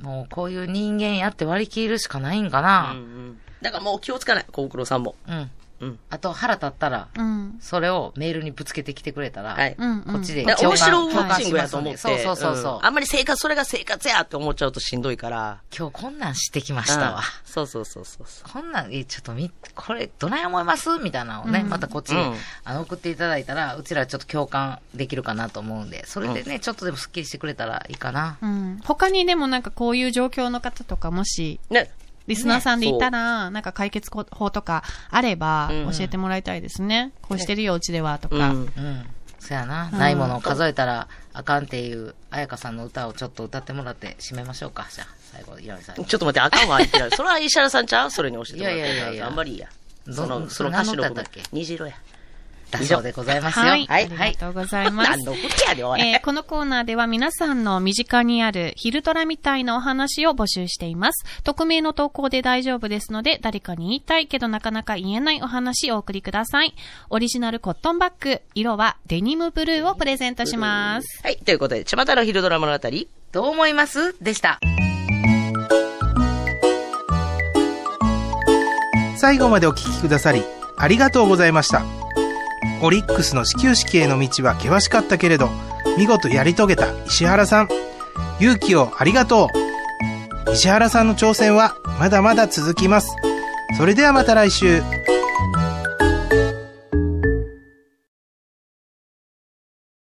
D: もうこういう人間やって割り切るしかないんか
C: う
D: な。
C: んだからもう気をつかない、小黒さんも。
D: うん。
C: うん
D: あと腹立ったら、
E: うん。
D: それをメールにぶつけてきてくれたら、
C: はい。
E: うん、うん。
D: こっちで
C: だから面白ウォッチングやと思って。
D: そうそうそうそう。
C: んあんまり生活、それが生活やって思っちゃうとしんどいから。
D: 今日こんなんしてきました
C: うん
D: わ。
C: そうそうそうそうそう。
D: こんなん、えちょっとみ、これ、どない思いますみたいなのをね、
E: うん
D: またこっ
C: う
D: ち
C: ん
D: に、あの、送っていただいたら、うちらちょっと共感できるかなと思うんで、それでね、ちょっとでもスッキリしてくれたらいいかな。
E: うん。他にでもなんかこういう状況の方とかもし、
C: ね。
E: リスナーさんでいたら、なんか解決法とかあれば
C: うん
E: 教えてもらいたいですね。こうしてるよ、うちではと
C: う
E: か。
C: ん。
D: うん。そやな。ないものを数えたらあかんっていう、彩香さんの歌をちょっと歌ってもらって締めましょうか。じゃあ、最後、いろりさんに。
C: ちょっと待って、あかんわ、いきな
D: <laughs>
C: りそれは石原さんちゃうそれに教えてもらって。
D: いやいやいやいや
C: あんまりいいや。
D: ど
C: その、その
D: それ何
C: 歌
D: の
C: 詞の
D: 歌
C: 部
D: だ
C: 分
D: っけ。
C: 虹色や。
D: だそうでございますよ。
E: はい。
C: は
E: あ
C: い
E: りがとうございます
C: 何。のことやで、おい。 <laughs>
E: えーこのコーナーでは皆さんの身近にある昼ドラみたいなお話を募集しています。匿名の投稿で大丈夫ですので、誰かに言いたいけどなかなか言えないお話をお送りください。オリジナルコットンバッグ、色はデニムブルーをプレゼントします。
C: はい、ということで、ちまたの昼ドラ物語。
D: どう思いますでした。
B: 最後までお聞きくださりありがとうございましたオリックスの始球式への道は険しかったけれど見事やり遂げた石原さん勇気をありがとう石原さんの挑戦はまだまだ続きますそれではまた来週